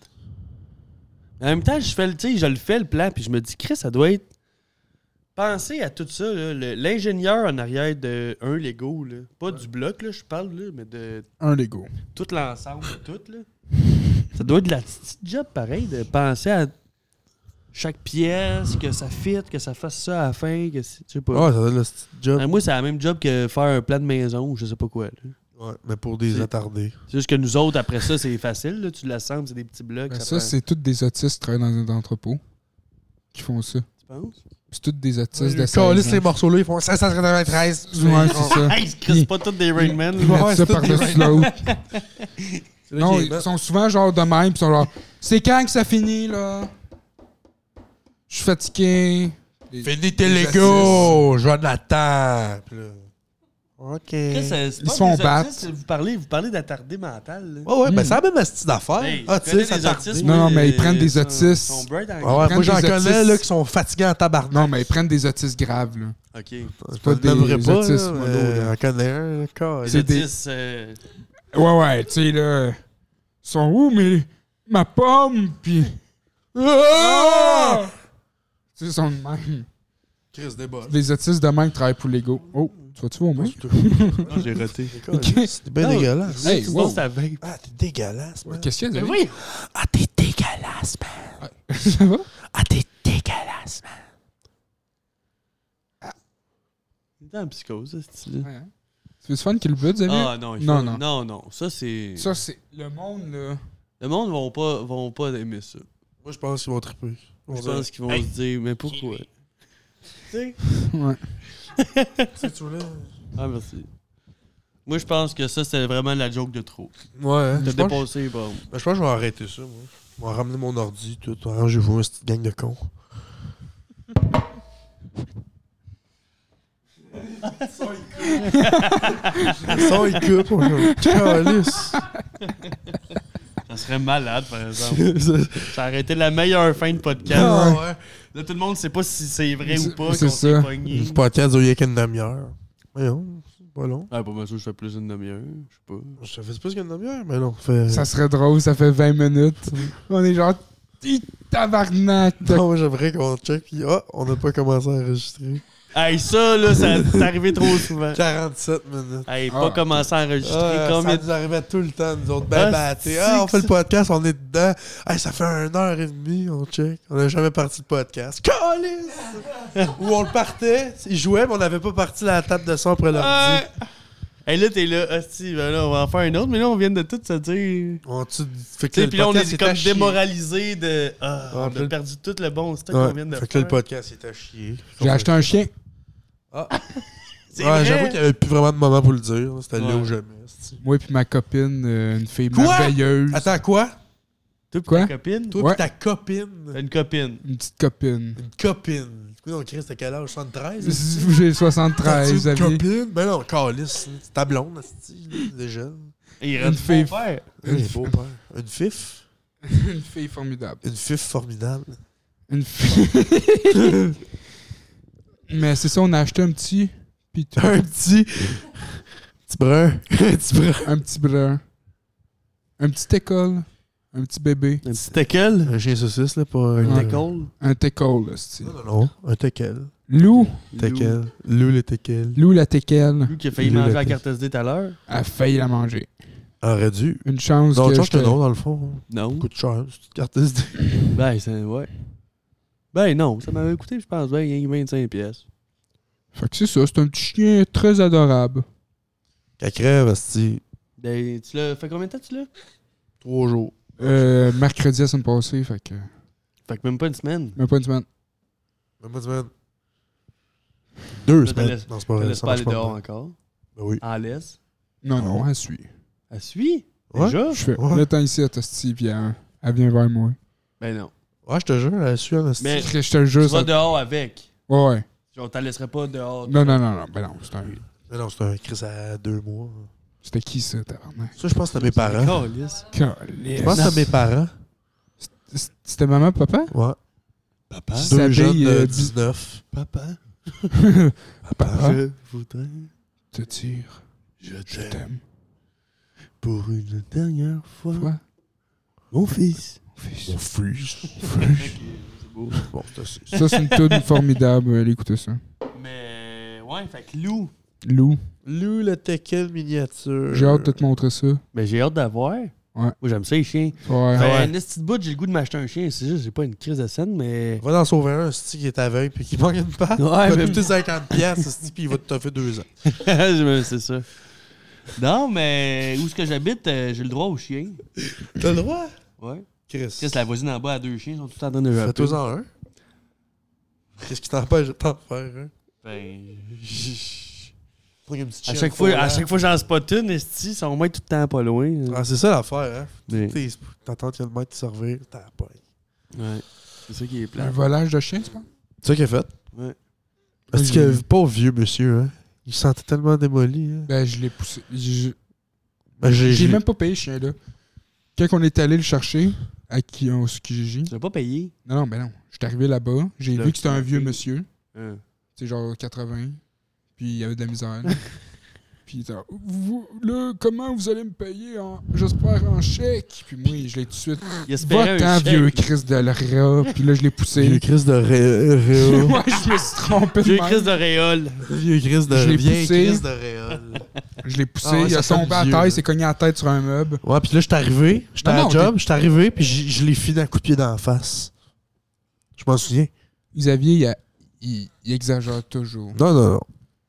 En même temps, je fais le, tu sais, je le fais le plan, puis je me dis, Chris, ça doit être. Pensez à tout ça, là, le- l'ingénieur en arrière de un Lego, là. pas du bloc, là, je parle, là, mais de
Un Lego.
tout l'ensemble, de tout. Là. Ça doit être de la petite job pareil, de penser à chaque pièce, que ça fit, que ça fasse ça à la fin, que c'est- tu sais pas.
Ah, ça donne le petit job.
Euh, Moi, c'est la même job que faire un plan de maison ou je sais pas quoi. là.
Ouais, mais pour des
C'est-
attardés.
C'est juste que nous autres, après ça, c'est facile. Là. Tu l'assembles, c'est des petits blocs.
Ben,
ça
ça,
prend-
c'est tous des autistes qui travaillent dans un entrepôt qui font ça.
Tu penses?
C'est tous des autistes de
Ils
16 ans.
calissent les morceaux-là, ils font 593.
Ouais,
Ah.
c'est ça.
Hey, ils se crissent pas tous des Rain Man.
Ils
là.
mettent
Ouais,
ça
c'est tous des ben.
par-dessus l'autre.
C'est là
Non,
qu'ils
ils
mettent.
sont souvent genre de même. Ils sont genre, c'est quand que ça finit, là? Je suis fatigué.
Finis tes Lego, Jonathan. Puis là, OK.
Chris, euh, c'est
Ils
pas
se font
des
battre.
autistes, Vous parlez, vous parlez d'attardé mental. là.
Ouais, ouais, ben
Hmm.
c'est la même astuce d'affaires.
Hey,
ah,
tu
tu
connais
sais, ça
des
tardé.
autistes,
Non,
moi,
non, mais ils
euh,
prennent des
sont-
autistes.
sont bright en-
Ah ouais, moi,
prennent
j'en
des
connais
autistes.
là, qui sont fatigués en tabarnak.
Non, mais ils prennent des autistes graves, là.
Ok.
c'est
pas
pas
des
des pas, là,
autistes, moi,
mais
là.
J'en connais un, encore.
Les
C'est des-
autistes, euh,
Ouais, ouais, tu sais, là. Ils sont où, mais. Ma pomme, pis. Ah! Tu sais, ils sont de même.
Chris, débat.
Les autistes de même qui travaillent pour Lego. Oh, tu vas-tu au moins?
j'ai raté.
C'est bien
Non,
dégueulasse.
Hey,
Sinon,
wow.
ça va.
Ah, t'es dégueulasse, man.
Qu'est-ce qu'il y a,
Mais
David?
oui,
Ah, t'es dégueulasse, man.
Ça va?
Ah, t'es dégueulasse, man.
temps en psychose, ce style
Ouais, hein. C'est fun qu'il le but, Xavier?
Ah non, il faut-
Non,
non,
non.
non. Non, Ça, c'est.
Ça, c'est le monde, là.
Le monde ne vont pas, vont pas aimer ça.
Moi, je pense qu'ils vont triper. On
Je
dirait-
pense qu'ils vont se dire, mais pourquoi? Tu sais?
Ouais.
C'est tout là.
Ah, merci. Moi, je pense que ça, c'était vraiment la joke de trop.
Ouais. hein.
T'as
Je pense,
dépassé, bon.
ben, je pense que je vais arrêter ça, moi. Je vais ramener mon ordi, tout. Arrangez-vous, une petite gang de cons. Le son, il coupe. ouais. Calice.
Ça serait malade, par exemple. ça aurait été la meilleure fin de podcast.
Ah, ouais.
Là, tout le monde ne sait pas si c'est vrai
C'est-
ou pas.
c'est
qu'on s'est
ça.
pogné.
Le podcast dure rien qu'une demi-heure. Mais non, c'est pas long.
Ah, pour moi, ça, je fais plus d'une demi-heure. Je sais pas.
Ça fait plus qu'une demi-heure, mais non. Fait...
Ça serait drôle, ça fait 20 minutes. On est genre... Ih, Tabarnak!
Non, moi, j'aimerais qu'on check, puis ah, on n'a pas commencé à enregistrer.
Hey, ça, là, ça c'est arrivé trop souvent.
47 minutes.
Hey,
Ah.
pas commencer à enregistrer.
Ah,
combien
Ça nous arrivait tout le temps, nous autres.
Ah,
Ben, ben, t'sais, ah,
c'est
on
que
fait le
ça-
podcast, on est dedans. Hey, ça fait une heure et demie, on check. On n'a jamais parti de podcast. Calice! Où on le partait, il jouait, mais on n'avait pas parti la table de son après l'ordi.
Ouais. Ah. Hey, là, t'es là, hostie, ben là, on va en faire un autre, mais là, on vient de tout se dire.
On tu fait
Tu sais, puis là, on
podcast
est
était à
comme
chier.
démoralisé de. Ah,
Ah, puis
on a
le-
perdu tout le bon stock qu'on vient de
Ouais,
faire.
fait que là, le podcast était à chier.
J'ai acheté un chien.
C'est
Ouais,
vrai?
j'avoue qu'il n'y avait plus vraiment de moment pour le dire. C'était là
Ouais.
ou jamais. c'est-tu.
Moi puis ma copine, euh, une fille
Quoi?
merveilleuse.
Attends, quoi?
Toi, pis
Quoi?
ta copine?
Toi
Ouais.
pis ta copine.
T'as une copine.
Une petite copine.
Une copine. Du coup, on crée, c'était quel âge? 73?
J'ai
T'as-tu
73,
une
Xavier.
copine? Ben non, calice. là. C'est ta blonde, asti, là, déjà.
Et il
Une
reste
fille.
mon père.
Hey, beau-père. Une fif?
Une fille formidable.
Une fif formidable.
Une fille. Mais c'est ça, on a acheté un petit. Puis tout.
Un petit... petit brun. Un petit brun.
Un petit brun. Un petit école. Un petit bébé.
Un petit teckel?
Un chien saucisse, là, pas un...
Un
Ouais.
teckel?
Un técole, c'est.
Non, non, non. Un teckel.
Lou.
Teckel. Lou, le teckel.
Lou la técole.
Lui qui a failli
Lou,
manger
la
la
fille.
carte SD tout à l'heure?
a failli la manger.
Aurait dû.
Une chance
Non,
que
je pense que
j'étais-
non, dans le fond.
Non.
Coûte cher, c'est une carte SD.
Ben, c'est. Ouais. Ben, non, ça m'avait coûté, je pense, ben, rien que 25 pièces.
Fait que c'est ça, c'est un petit chien très adorable.
Qu'elle crève, asti.
Ben, tu l'as. Fait combien de temps tu l'as?
Trois jours.
Euh, mercredi la semaine passée, fait que...
Fait que même pas une semaine.
Même pas une semaine.
Même pas une semaine. Deux
Là, t'as
semaines.
laissé-
Non, c'est pas
Je
vrai.
laisse
ça
pas
marche
aller
pas.
dehors encore.
Ben oui.
En laisse.
Non, non, elle suit.
Elle suit?
Ouais.
Déjà?
Je fais,
Ah. Ouais.
le temps ici, Tosti, puis elle, elle vient vers moi.
Ben non.
Ouais, je te jure, elle suit en asti.
Mais-
Je te le
Tu
jure,
vas
ça...
dehors avec.
Ouais, ouais.
Genre, t'en laisserais pas dehors.
Non, non, non, non, ben non, c'est un...
Mais non, c'est un Chris à deux mois.
C'était qui, ça, tabarnak?
Ça, je pense que c'était mes parents.
Calisse.
Je pense que c'était mes parents.
C- C'était maman, papa?
Ouais.
Papa?
Ils
Deux
s'habillent,
jeunes
euh,
de
dix-
19.
Papa?
Ah,
Papa,
Je voudrais...
Ah. te dire,
Je
je t'aime.
pour une dernière fois.
Toi,
Mon fils.
mon fils.
Mon fils. Bon, c'est assez.
Ça, c'est une toune formidable, allez écouter ça.
Mais... Ouais, fait que Lou...
Lou,
Lou, le teckel miniature.
j'ai hâte de te montrer ça.
Ben, j'ai hâte d'avoir. Moi, j'aime ça, les chiens.
Ouais.
Ben,
Ah ouais.
une petite bout, j'ai le goût de m'acheter un chien. C'est juste, j'ai pas une crise de scène, mais...
Va dans sauver un, asti, qui est aveugle puis qui manque une patte.
Ouais,
il
mais-
va coûter 50 piastres, asti, puis il va te toffer deux ans.
Je- C'est ça. Non, mais où est-ce que j'habite, euh, j'ai le droit aux chiens.
T'as le droit?
Ouais.
Chris.
Chris, la voisine en bas a deux chiens, ils sont tout le temps en train de japper.
Fais-toi-en un. Qu'est-ce qui t'empêche de t'en faire hein? un?
Ben,
Faut qu'il y ait une petite
à
chienne
chaque fois, à
folle,
chaque fois j'en spot une, esti, ils sont au moins tout le temps pas loin.
hein. Ah, c'est ça l'affaire, hein?
Mais-
T'sais, c'est- T'attends qu'il y a le mec qui sort rire, t'as pas.
ouais. C'est ça qui est
Un
plat.
volage de chien, tu penses?
C'est ça qu'il a fait.
Ouais.
Parce que, pauvre vieux monsieur, hein? Il se sentait tellement démoli. Hein?
Ben, je l'ai poussé. Je-
Ben, j'ai
J'ai
j'ai-
même pas payé ce chien-là. Quand on est allé le chercher, à qui on Kijiji.
Tu l'as pas payé.
Non, non, ben non. Je suis arrivé là-bas, j'ai
Là,
vu que c'était un
tu
vieux
l'as
monsieur,
Hein.
c'est genre 80, puis il y avait de la misère. puis il était genre, vous, là, comment vous allez me payer en, j'espère, en chèque? Puis moi, je l'ai tout de suite.
Ah,
Il espérait un
Va-t'en,
chèque.
vieux Chris de l'Aria. Puis là, je l'ai
Vieux
poussé.
Chris de Ré- Réol.
Moi, je me suis trompé. de
Vieux
même.
Chris d'Auréole.
Vieux Chris
Je l'ai
de Vieille
poussé.
Chris de Réol.
Je l'ai poussé,
Ah ouais,
il a
ça sonne
tombé à
vieux,
terre,
là.
il s'est cogné la tête sur un meuble.
Ouais, puis là, j'étais arrivé, j'étais
Non,
à
non,
job, j'étais arrivé, puis j- je l'ai fini à coup de pied dans la face. Je m'en souviens.
Xavier, il, a- il- il exagère toujours.
Non, non, non.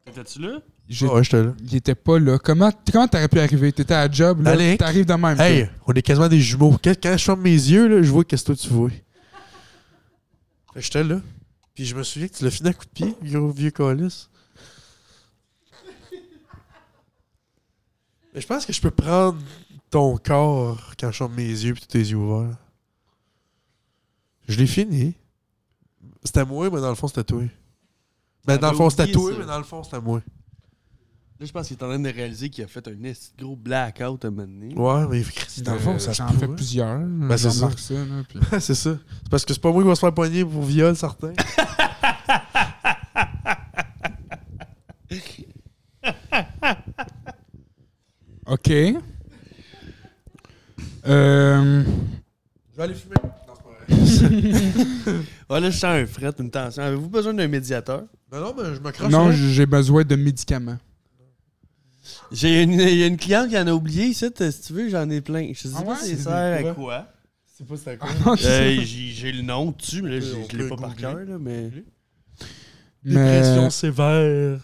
T'étais-tu là?
J'ai-
ouais, j'étais là.
Il était pas là. Comment comment t'aurais pu arriver? T'étais à job, là.
Alec.
T'arrives de même.
Hey, on est quasiment des jumeaux. Quand, quand je ferme mes yeux, là, je vois qu'est-ce que toi, tu vois. Fait que J'étais là. Puis je me souviens que tu l'as fini à coup de pied, gros vieux colis. Mais je pense que je peux prendre ton corps quand je ferme mes yeux puis tous tes yeux ouverts. Je l'ai fini. C'était moi, mais dans le fond, c'était toi. Mais dans le fond, c'était
Ah, oublié
toi,
ça.
mais dans le fond, c'était moi.
Là, je pense qu'il est en train de réaliser qu'il a fait un esti de gros blackout à un moment donné.
Ouais, mais Christ,
Dans le fond, ça
je
j'en
pourrais.
fait plusieurs.
hein. Ben, c'est
J'en
ça.
remarque là, puis-
Ouais, c'est ça. C'est parce que c'est pas moi qui va se faire poigner pour viol, certain.
OK. Euh,
Je vais aller fumer. Non, c'est pas vrai.
Ah, là, je sens un fret, une tension. Avez-vous besoin d'un médiateur?
Non, Ben non, mais je me croche.
non,
hein.
j'ai besoin de médicaments.
J'ai une, il y a une cliente qui en a oublié ici, t- si tu veux, j'en ai plein. Je sais
Ah
pas
ouais?
si
C'est
ça sert
des
à quoi.
Je sais pas c'est à quoi.
Euh, j'ai j'ai le nom dessus, mais là, je
On
je l'ai
peut
pas par
googler.
cœur, là, mais...
Mais
Dépression sévère.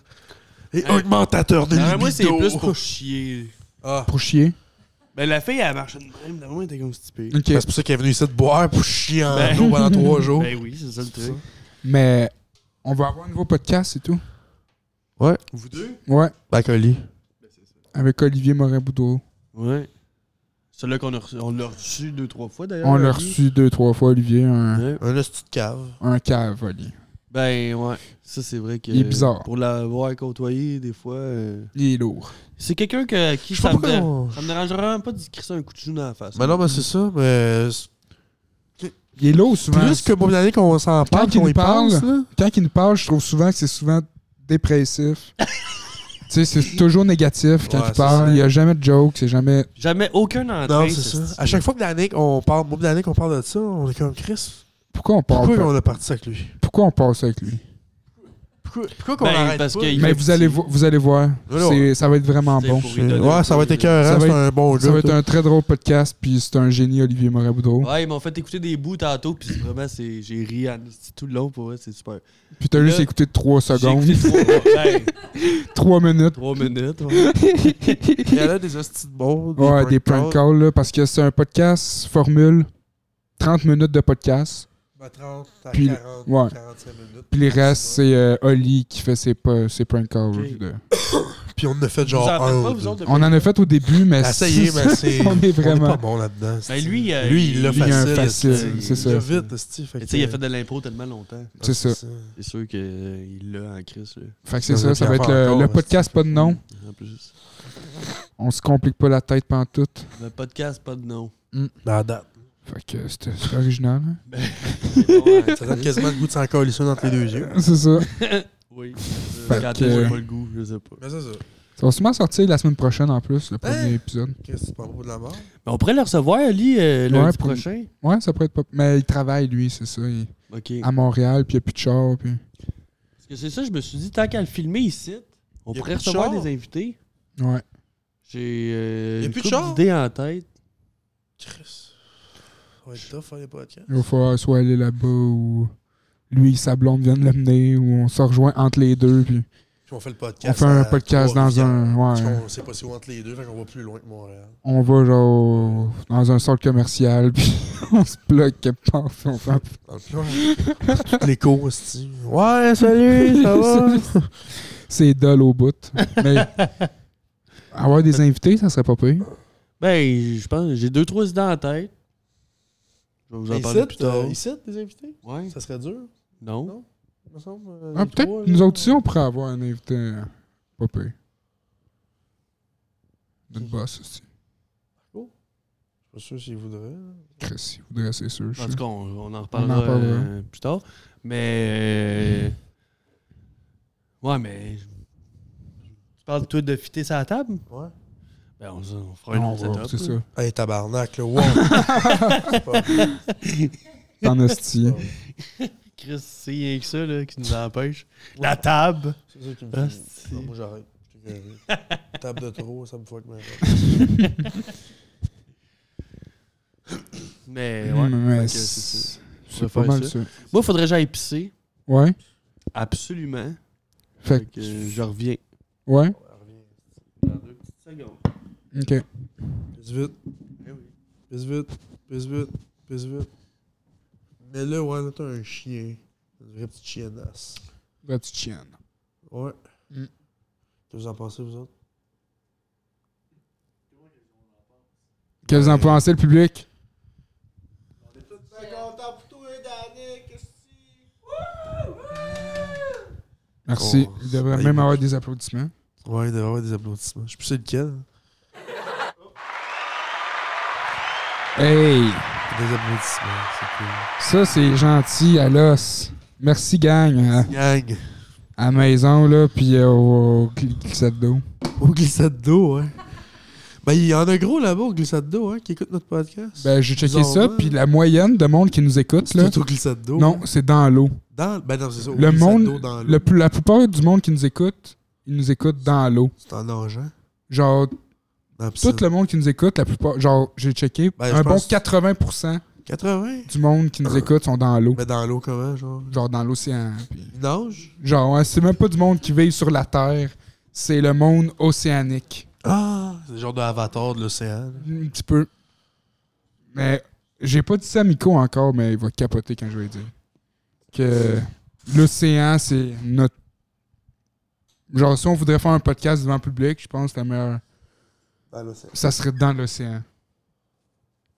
Et
Euh,
augmentateur de
Alors,
libido.
moi, c'est plus pour chier.
Ah.
pour chier.
Mais Ben, la fille, elle marchait de même, d'avant, elle était constipée.
OK.
Ben, C'est pour ça qu'il est venu ici de boire pour chier en
Ben.
eau pendant trois jours.
Ben oui, c'est ça le truc.
Mais on va avoir un nouveau podcast, c'est tout.
Vous deux?
Ouais,
Ben, colis.
avec Olivier Morin-Boudreau.
Ouais. Celui-là qu'on a reçu, on l'a reçu deux, trois fois, d'ailleurs.
On l'a
Olivier.
reçu deux, trois fois, Olivier, un,
Ouais.
Un esti de cave.
un cave, Oli.
Ben ouais, ça c'est vrai que...
Il est bizarre.
Pour l'avoir côtoyé, des fois... euh,
Il est lourd.
C'est quelqu'un que, qui
Je sais
ça
pas
me, dérange-
pourquoi.
ça me dérangera vraiment pas de crisser un coup de genou dans la face.
Mais Ben non, mais c'est ça. Mais c'est
Il est lourd souvent.
plus que mon année qu'on s'en parle,
il
qu'on y
nous parle,
pense, là.
Quand il nous parle, je trouve souvent que c'est souvent dépressif. tu sais, c'est toujours négatif quand
Ouais,
il
c'est
parle.
ça.
Il n'y a jamais de joke, c'est jamais.
Jamais aucun entrain.
Non, c'est ça. À chaque fois que Danick, on parle, moi, Danick, on parle de ça, on est comme Chris.
Pourquoi on parle
Pourquoi
pas-
on a parti ça avec lui?
Pourquoi on passe avec lui?
Pourquoi, pourquoi qu'on
Ben,
arrête
parce
pas?
que- Il
Mais
fait
vous
petit.
allez, vo- vous allez voir.
Alors,
C'est- Ça va être vraiment bon.
Ouais, ça va être
Ça
écœurant,
va
c'est
être-
un bon
Ça
gars.
va être
toi.
un très drôle podcast, puis c'est un génie, Olivier Morin-Boudreau.
Ouais, ils m'ont fait écouter des bouts tantôt, puis vraiment, c'est- j'ai ri en esti tout le long pour vrai, c'est super.
Puis t'as
Là,
juste écouté 3
J'ai
secondes,
écouté trois, ben,
3 minutes.
trois minutes. ouais.
Il y en a des hosties de bons, des
Ouais, des
prank
prank calls, là, parce que c'est un podcast formule 30 minutes de podcast.
À 30 à
Puis-
40,
ouais.
45 minutes.
Puis les restes, c'est euh, Oli qui fait ses, pa- ses prank calls.
Ok.
là.
Puis on en a fait
Vous en
genre
faites
un.
pas,
ou
vous
deux. Ben,
autres?
On en a fait au début, mais
Essayez, mais c'est.
on est
On est
vraiment.
pas bon là-dedans.
Ben
c'est-
lui, euh,
lui, il l'a
lui, il y a un facile,
facile.
c'est ça.
Il l'a vite, Esti. fait
Mais Tu sais, il a
que-
fait de l'impro tellement longtemps.
C'est ça.
C'est sûr qu'il l'a en crise, là.
Fait que c'est
Ça
ça,
veut
ça
dire
va être
pas
le,
encore,
le
ouais,
podcast pas de nom.
En plus.
On se complique pas la tête pantoute.
Le podcast, pas de nom.
Dans la Ben, date.
Fait que c'était c'était original. hein.
Ben,
Ça donne quasiment le goût de s'en coller ça entre les deux yeux.
C'est ça.
Oui.
Fait
Quand
que-
j'ai pas le goût, je sais pas.
Mais Ben, c'est ça.
Ça va sûrement sortir la semaine prochaine en plus, le premier épisode.
Qu'est-ce que c'est pas beau de la mort?
Mais Ben, on pourrait le recevoir, Ali, euh, lundi
Ouais, pour-
prochain.
Ouais, ça pourrait être pas. Mais il travaille, lui, c'est ça. il-
OK.
À Montréal, puis il n'y a plus de char. Puis...
Parce que c'est ça, je me suis dit, tant qu'à le filmer ici, on
Y a
pourrait
plus de
recevoir
char.
des invités.
Ouais.
J'ai
Y
euh,
a
une
plus de
couple
char.
d'idées en tête.
Chris. Ça va être tough faire les podcasts.
Il va falloir soit aller là-bas ou lui et sa blonde viennent l'amener ou on se rejoint entre les deux. Puis...
Puis on fait le podcast.
On fait un
à
podcast dans
Trois-Rivières.
un- ouais.
Parce qu'on sait pas si on entre les deux, fait qu'on va plus loin que Montréal.
On va genre dans un centre commercial, puis on se bloque quelque part, puis on fait un-
Dans le plan, les cours, aussi. Ouais, salut, ça va?
C'est dol au bout. Mais avoir des invités, ça serait pas pire.
Ben, je pense, j'ai deux, trois idées en tête. Je vais vous en
Ici,
parler plus tard.
euh, ici, des invités?
Ouais.
Ça serait dur,
Non.
Non. me semble. euh,
Ah,
les trois,
Peut-être
là.
nous autres aussi, on pourrait avoir un invité euh, pas pire. Notre boss aussi.
Je suis pas sûr s'ils voudraient. là.
Chris, si vous voudrez, c'est sûr. je
En
sais.
tout cas, on, on en reparlera
On en parlera.
euh, plus tard. Mais. euh, Ouais, mais. Tu parles toi de fitter sa table?
Ouais.
Ben, on, on fera un
On
autre
va,
setup.
C'est
là.
ça.
Hey, tabarnak, là. Wow. C'est pas-
T'en hein? hostie.
Chris, c'est rien que ça là, qui nous empêche. La table!
C'est ça qui me
Ah,
fait.
c'est-
Non, Moi, j'arrête. Je t'ai carré. Table de trop, ça me fuck ma
Mais ouais. fait
Mais
que c'est ça.
c'est
On
pas
va faire
mal ça.
Moi, faudrait que j'aille pisser.
Ouais.
Absolument.
Fait
Fait que euh, je reviens.
Ouais?
Dans deux petites secondes.
Ok.
Pisse vite.
Eh
Pisse vite. Pisse vite. Pisse vite. Mais là, ouais, là, t'as un chien. Une vraie petite chiennasse.
La petite chienne.
Ouais.
Mm.
Qu'est-ce que vous en pensez, vous autres?
Qu'est-ce que vous en pensez, le public? Merci.
Oh,
Il devrait
ça y
même
est.
avoir des applaudissements.
Ouais, il devrait y avoir des applaudissements. Je sais plus c'est lequel.
Hey!
Des applaudissements, c'est cool.
Ça, c'est gentil à l'os. Merci, gang, à,
Gang!
à la maison, là, puis euh, au gl- glissade d'eau.
Au glissade d'eau, ouais. Ben, il y en a gros là-bas au glissade d'eau, hein, qui écoute notre podcast.
Ben, j'ai checké
Bizarrement,
ça,
hein.
puis la moyenne de monde qui nous écoute, là,
C'est tout au glissade d'eau.
non, c'est dans l'eau.
Dans, ben, non, c'est ça. Au
Le
glissade d'eau
monde,
dans l'eau.
le, plus- la plupart du monde qui nous écoute, ils nous écoutent dans l'eau.
C'est en nageant.
Genre,
Dans la piscine.
tout le monde qui nous écoute, la plupart, genre, j'ai checké,
Ben, je
un
pense-
bon 80%
80?
du monde qui nous écoute sont dans l'eau.
Mais Ben, dans l'eau, comment, genre?
Genre, dans l'océan. puis-
Il nage?
Genre, ouais, c'est même pas du monde qui veille sur la Terre, c'est le monde océanique.
Ah! C'est le genre d'avatar de l'océan. là.
Un petit peu. Mais j'ai pas dit ça à Miko encore, mais il va capoter quand je vais lui dire. Que l'océan, c'est notre. Genre, si on voudrait faire un podcast devant le public, je pense que la meilleure.
Dans l'océan.
Ça serait dans l'océan.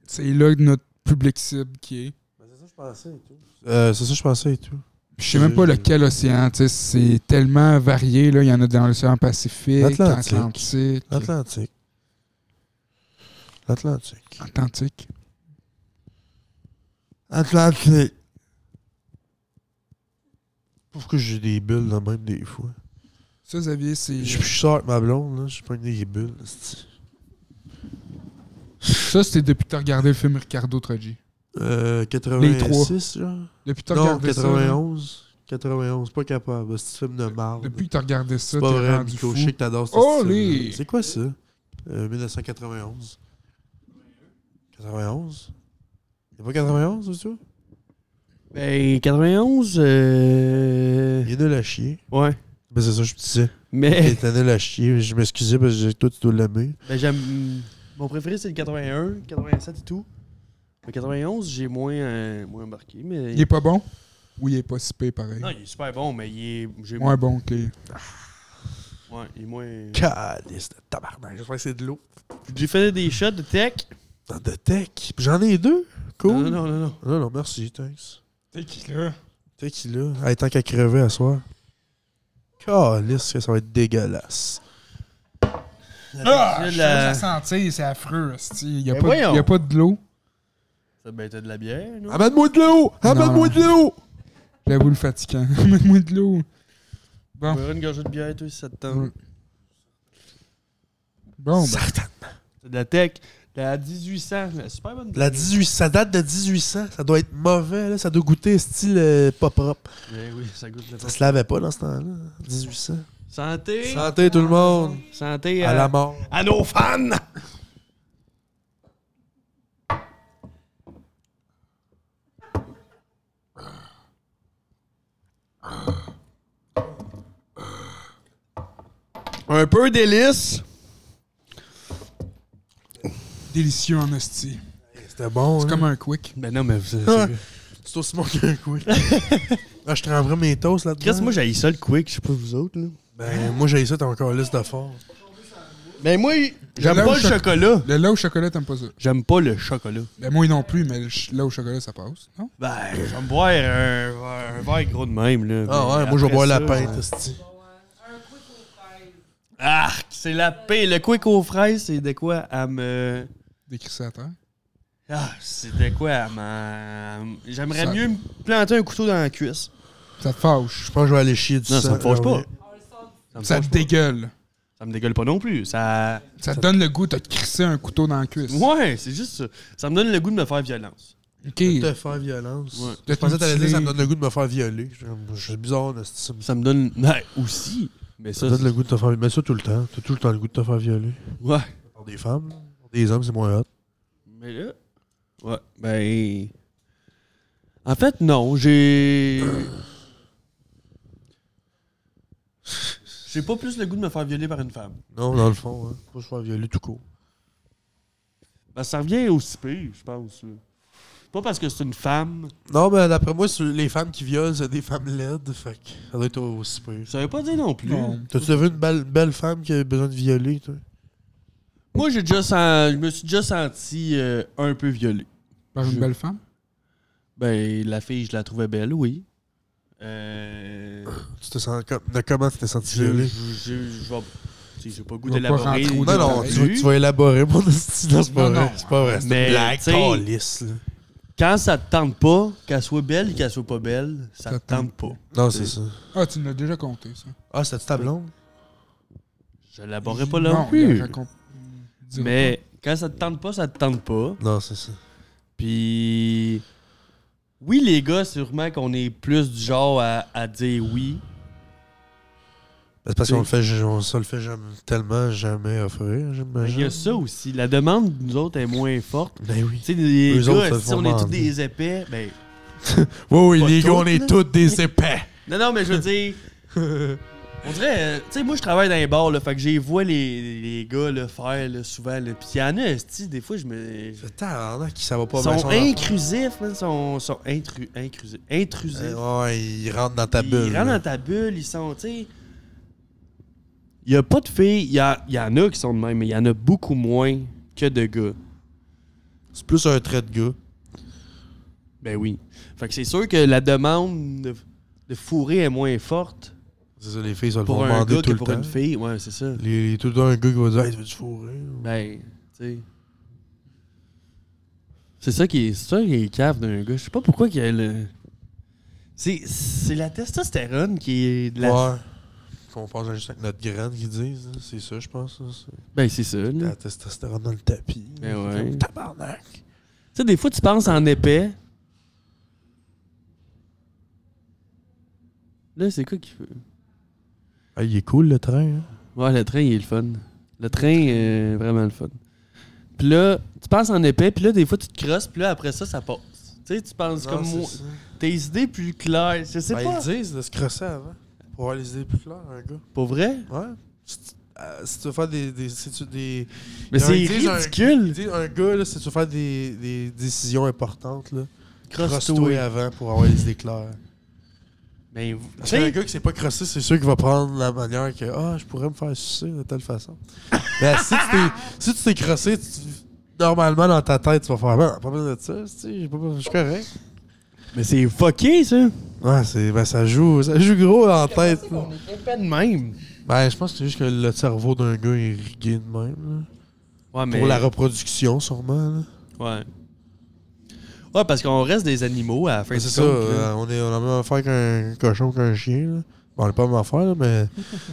C'est là que notre public cible qui est.
Ben, c'est ça que je pensais et tout. Euh, c'est ça que je pensais et tout.
Puis Je sais même pas lequel océan, tu sais, c'est tellement varié, là. Il y en a dans l'océan Pacifique,
L'Atlantique.
Atlantique.
L'Atlantique. L'Atlantique.
Atlantique.
Atlantique. Pourquoi j'ai des bulles dans même des fois?
Ça, Xavier, c'est.
Je suis plus avec ma blonde, là. Je suis pas une des bulles. là, c'est-
Ça, c'était depuis que t'as regardé le film Ricardo Trogi.
Euh, 86, genre?
Depuis que t'as
Non,
regardé ça. là,
91. 91, pas capable. C'est un film de marde.
Depuis que t'as regardé ça,
C'est
t'es
pas vrai,
rendu
Nico.
fou.
Je sais que t'adores ce
Oh,
style-là.
les-
C'est quoi ça? Euh, 1991. 91? Y'a pas 91, c'est ça?
Ben, 91, euh...
Il est nul à chier.
Ouais.
Ben, c'est ça, que je te disais. Il
Mais,
était nul à chier. Je m'excusais parce que je disais que toi, tu dois l'aimer.
ben, j'aime... Mon préféré, c'est le 81, 87 et tout. Le 91, j'ai moins, euh, moins embarqué, mais...
Il est pas bon ou il est pas si pire, pareil?
Non, il est super bon, mais il est... J'ai
Moins bon que les.
moins- Ouais, il est moins...
Calice de tabarnak. J'espère que c'est de l'eau.
J'ai fait des shots de tech.
Dans de tech. Puis J'en ai deux. Cool.
Non, non, non, non.
Non, non, merci. Thanks.
T'es qui là?
Tech, il est là. Hey, tant qu'à crever à soir. Calice, que ça va être dégueulasse.
Ah!
J'ai
Je
de
suis
la-
à sentir, c'est affreux, hostie. Il y a
Ben
pas-
voyons.
il y a pas de l'eau.
Ça, ben, t'as de la bière, non?
Amène-moi de l'eau! Amène-moi de l'eau!
J'avoue ben le fatigant. Mets-moi de l'eau. Bon.
Boire une gorgée de bière, toi, si ça te
Ah. Ouais.
tente.
Bon, ben.
Sartan.
T'as de la tech. T'as la 1800. la Super bonne.
La 18, ça date de 1800. Ça doit être mauvais, là. Ça doit goûter style euh, pas propre.
Ben oui, ça goûte le
Ça se lavait pas dans ce temps-là. 1800.
Santé.
Santé tout le monde.
Santé
À la mort.
à nos fans. Un peu délice.
Délicieux en hostie.
C'était bon.
C'est
hein?
comme un quick.
Ben non, mais...
Ah, C'est aussi bon qu'un quick. ah, je te rends vraiment mes toasts là-dedans.
Chris, moi, j'ai ça le quick. Je sais pas vous autres, là.
Ben, moi, j'ai ça, t'es encore liste de fort.
Ben moi, j'aime
là
pas
au
le
choc-
chocolat.
Le lait au chocolat, t'aimes pas ça?
J'aime pas le chocolat.
Ben, moi non plus, mais le ch- lait au chocolat, ça passe, non?
Ben, je vais me boire un, un verre gros de même, là.
Ah ouais,
Mais
moi, je vais
après
boire la
ça, euh,
pinte,
ouais.
esti.
Ah, c'est la paix. Le quick aux fraises, c'est de quoi à me...
Décris ça à terre.
Ah, c'est de quoi à me... J'aimerais
Ça-
mieux me planter un couteau dans la cuisse.
Ça te fâche.
Je pense que je vais aller chier du
Non,
sang. Ah,
ça me fâche pas. me
Ça
fâche
te
pas.
dégueule.
Ça me dégueule pas non plus. Ça...
Ça te donne le goût de te crisser un couteau dans la cuisse.
Ouais, c'est juste ça. Ça me donne le goût de me faire violence.
Ok.
De te faire violence.
Ouais.
Je pensais que t'allais dire ça me
mutiler.
donne le goût de me faire violer. Je je suis bizarre, esti. Ça me-
Ça me donne... Ouais, Ben, aussi. Mais
Ça
ça,
me donne
c'est-
le goût de te faire violer. Mais ça, tout le temps. T'as tout le temps le goût de te faire violer.
Ouais.
Par des femmes. Par des hommes, c'est moins hot.
Mais là. Ouais, ben. En fait, non, j'ai. J'ai pas plus le goût de me faire violer par une femme.
Non, dans le fond, hein. Faut se faire violer tout court.
Ben, ça revient aussi pire, je pense. là. Pas parce que c'est une femme.
Non, mais d'après moi, sur les femmes qui violent, c'est des femmes laides. Fait que ça doit être aussi pire.
Je savais pas dire non plus.
Non.
T'as-tu vu une belle, belle femme qui a besoin de violer, toi?
Moi, j'ai déjà sen- je me suis déjà senti euh, un peu violé.
Par une
Je-
belle femme.
Ben, la fille, je la trouvais belle, oui. Euh,
Tu te sens comme. De comment tu t'es senti
je, je,
violé?
je, je vais- tu sais, j'ai pas le goût
On va pas
d'élaborer.
rentrer au
Non, non, tu,
Désolé.
vas- tu vas élaborer mon style. C'est
Non,
pas vrai.
non.
C'est pas vrai. C'est
Mais,
une blague
tu sais-
calisse, là.
Quand ça te tente pas, qu'elle soit belle, qu'elle soit pas belle, ça te tente pas.
Non, c'est ça.
Ah, tu l'as déjà compté, ça.
Ah, c'était ta blonde?
Je l'élaborerai pas là
Non,
non plus.
je raconte- dis-
Mais quand ça te tente pas, ça te tente pas.
Non, c'est ça.
Puis. Oui, les gars, sûrement qu'on est plus du genre à, à dire oui.
C'est parce qu'on
Oui.
le fait, on se le fait jamais, tellement jamais offrir,
Mais Il y
j'imagine.
a ça aussi. La demande, nous autres, est moins forte.
Ben oui.
Tu sais, les
Eux
gars,
autres, ça
si
se
on est tous
demande.
des épais, ben.
Oui, oui,
Pas
les gars,
toutes,
on
là.
est tous des épais.
Non, non, mais je veux dire. On dirait, euh, tu sais, moi je travaille dans les bars, là, fait que j'ai vois les, les gars le faire là, souvent. Là. Puis il y en a, esti, des fois je me.
Le tabarnak, qui ça va pas
Ils
bien
sont
son
intrusifs, man, sont, sont intru, intrusifs. intrusifs.
enfant. Ouais, il rentre dans ta bulle.
Ils rentrent dans ta bulle, ils sont, tu sais. Il y a pas de filles, il y, a- il y en a qui sont de même, mais il y en a beaucoup moins que de gars.
C'est plus un trait de gars.
Ben oui. Fait que c'est sûr que la demande de, de fourrer est moins forte
C'est ça, les filles, ça le
pour
vont
un
demander
gars
tout
que
le
pour
temps.
une fille. Ouais, c'est ça.
Les, les- tout le temps, un gars qui va dire Hey, tu veux du fourrer
Ben, tu sais. C'est ça qui est, c'est ça qui est cave d'un gars. Je sais pas pourquoi qu'il y a le. C'est, c'est la testostérone qui est. de La...
Ouais. Qu'on passe juste avec notre graine qu'ils disent. là. C'est ça, je pense. ça, c'est-
Ben, c'est ça, là.
La testostérone dans le tapis.
Ben ouais.
Tabarnak.
Tu sais, des fois, tu penses en épais. Là, c'est quoi qui veut?
Ah, il est cool le train. hein.
Ouais, le train, il est le fun. Le train, est vraiment le fun. Puis là, tu penses en épais, puis là, des fois, tu te crosses, puis là, après ça, ça passe. Tu sais, tu penses
Non,
comme
c'est
moi.
ça.
Tes idées plus claires. Je sais
Ben,
pas.
Ils disent de se crosser avant. Pour avoir les idées plus claires, un gars.
Pour vrai?
Ouais. Si tu- euh, Si tu veux faire des. des, si tu- des
Mais
Ils
c'est
disent un-
ridicule.
ils disent un gars, là, si tu veux faire des, des décisions importantes, là,
Cross-toi.
crosse-toi avant pour avoir les idées claires.
Ben, vous-
Parce qu'un gars qui s'est pas crossé, c'est sûr qu'il va prendre la manière que Ah, je pourrais me faire sucer de telle façon. Mais si tu t'es, si tu t'es crossé, tu- normalement dans ta tête, tu vas faire Ben, pas besoin de ça, tu sais, j'ai pas- je suis correct.
Mais c'est fucké, ça.
Ouais, c'est, ben, ça joue, ça joue gros en tête. là.
C'est pas de même.
Ben, je pense que c'est juste que le cerveau d'un gars est rigué de même.
Ouais,
là.
mais.
Pour la reproduction, sûrement. là.
Ouais. Ouais, parce qu'on reste des animaux à la fin
Mais
du
c'est ça,
compte, là.
euh, on, est, on a même affaire qu'un cochon qu'un chien. Là. Bon, on n'est pas même affaire, là, mais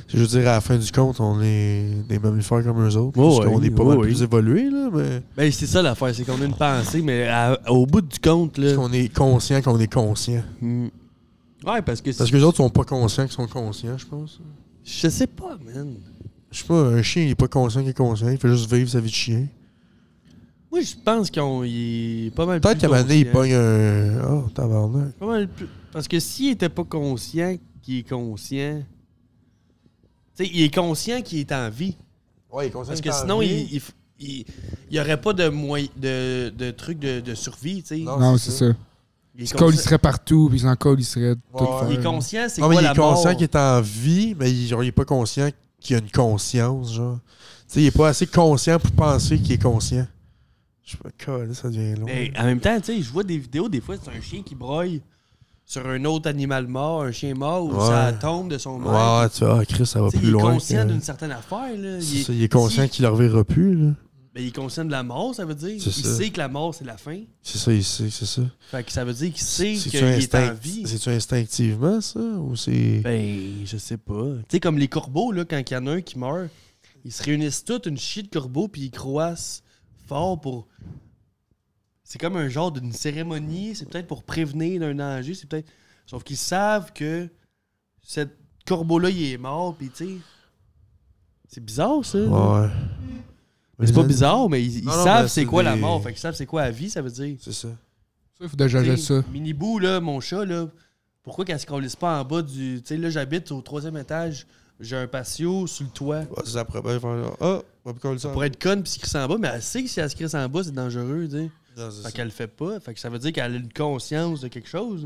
je veux dire, à la fin du compte, on est des mammifères comme eux autres.
Oh
parce qu'on
oui,
est pas
oh
mal
oui.
plus évolués, là, mais
Ben, c'est ça l'affaire, c'est qu'on a une pensée, mais à- au bout du compte, là.
parce qu'on est conscient qu'on est conscient.
Hmm. Ouais, parce que.
Parce que les autres sont pas conscients qu'ils sont conscients, je pense.
Je sais pas, man.
Je sais pas, un chien, il est pas conscient qu'il est conscient, il fait juste vivre sa vie de chien.
Moi, je pense qu'on y est pas mal
Peut-être
plus
qu'à un moment donné, il
conscient.
pogne un. Oh, tabarnak.
Pas mal plus- Parce que s'il était pas conscient qu'il est conscient. Tu sais, il est conscient qu'il est en vie.
Ouais, il est conscient.
Parce que sinon, il il f- il n'y aurait pas de, moy- de, de truc de, de survie, tu sais.
Non,
Non, c'est ça.
Il
Il
est
se
consci-
colisserait partout, puis il s'en colisserait de tout
Ah, Ouais.
faire.
il est conscient, c'est
Non,
quoi
mais Ah il
la
est conscient
mort?
qu'il est en vie, mais il, genre, il est pas conscient qu'il a une conscience, genre. Tu sais, il est pas assez conscient pour penser qu'il est conscient. Je sais pas, câlisse, ça devient long.
Mais Ben, en même temps, tu sais, je vois des vidéos, des fois, c'est un chien qui broille sur un autre animal mort, un chien mort, ou
Ouais.
ça tombe de son maître.
Ouais, tu vois, ah, Chris, ça va
Tu sais,
plus
il est
loin.
conscient
que-
d'une certaine affaire. Là.
C'est ça, il est conscient qu'il ne reverra plus, là.
si- ben, il est conscient de la mort, ça veut dire. Il
C'est ça.
sait que la mort, c'est la fin.
C'est ça, il sait, c'est ça.
Fait que ça veut dire qu'il sait
C'est-tu
qu'il est en
instinct-
vie.
C'est-tu instinctivement, ça? Ou c'est.
Ben, je sais pas. Tu sais, comme les corbeaux, là, quand il y en a un qui meurt, ils se réunissent tous, une chie de corbeaux, puis ils croissent fort pour. C'est comme un genre d'une cérémonie, c'est peut-être pour prévenir d'un danger, c'est peut-être. Sauf qu'ils savent que cet corbeau-là, il est mort, puis tu sais. C'est bizarre, ça. là.
ouais.
Mais c'est pas bizarre, mais ils, ils
Non, non,
savent
mais
c'est
c'est
quoi la
des-
mort. Fait qu'ils savent c'est quoi la vie, ça veut dire.
C'est ça.
Ça, il faut déjà euh, gérer
E.
ça.
Minibou, là, mon chat, là, pourquoi qu'elle se colisse pas en bas du. Tu sais, là, j'habite au troisième étage j'ai un patio sous le toit.
Ah, ça pourrait bien faire genre, ah, on va me coller ça.
Ça pourrait être conne puis se crisser en bas, mais elle sait que si elle se crisse en bas, c'est dangereux, tu sais.
Non, c'est
Fait
ça.
qu'elle le fait pas. Fait que ça veut dire qu'elle a une conscience de quelque chose.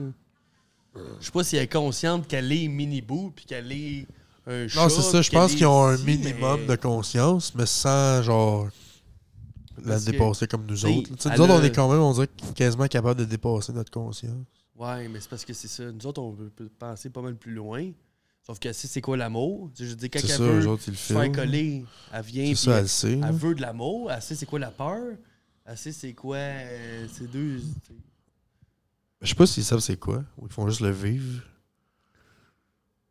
hein. Je sais pas si elle est consciente qu'elle est mini-boo puis qu'elle est un chat.
Non, c'est ça.
puis
Je
qu'elle
pense
est
qu'ils ont un
ici,
minimum
mais-
de conscience, mais sans, genre, la
Parce que-
dépasser comme nous
T'sais,
autres. Tu sais,
elle
nous autres, on
a-
est quand même, on dirait, quasiment capable de dépasser notre conscience.
Ouais, mais c'est parce que c'est ça. Nous autres, on veut penser pas mal plus loin. Sauf que si c'est quoi l'amour? Tu sais, Je veux dire, quand
C'est
elle
ça,
veut
eux autres, ils le
se faire
filment.
coller, elle vient
C'est
puis
ça, elle
elle,
le sait. là.
elle veut de l'amour, elle sait c'est quoi la peur, elle sait c'est quoi euh, ces deux...
Je sais pas s'ils savent c'est quoi, ou ils font juste le vivre.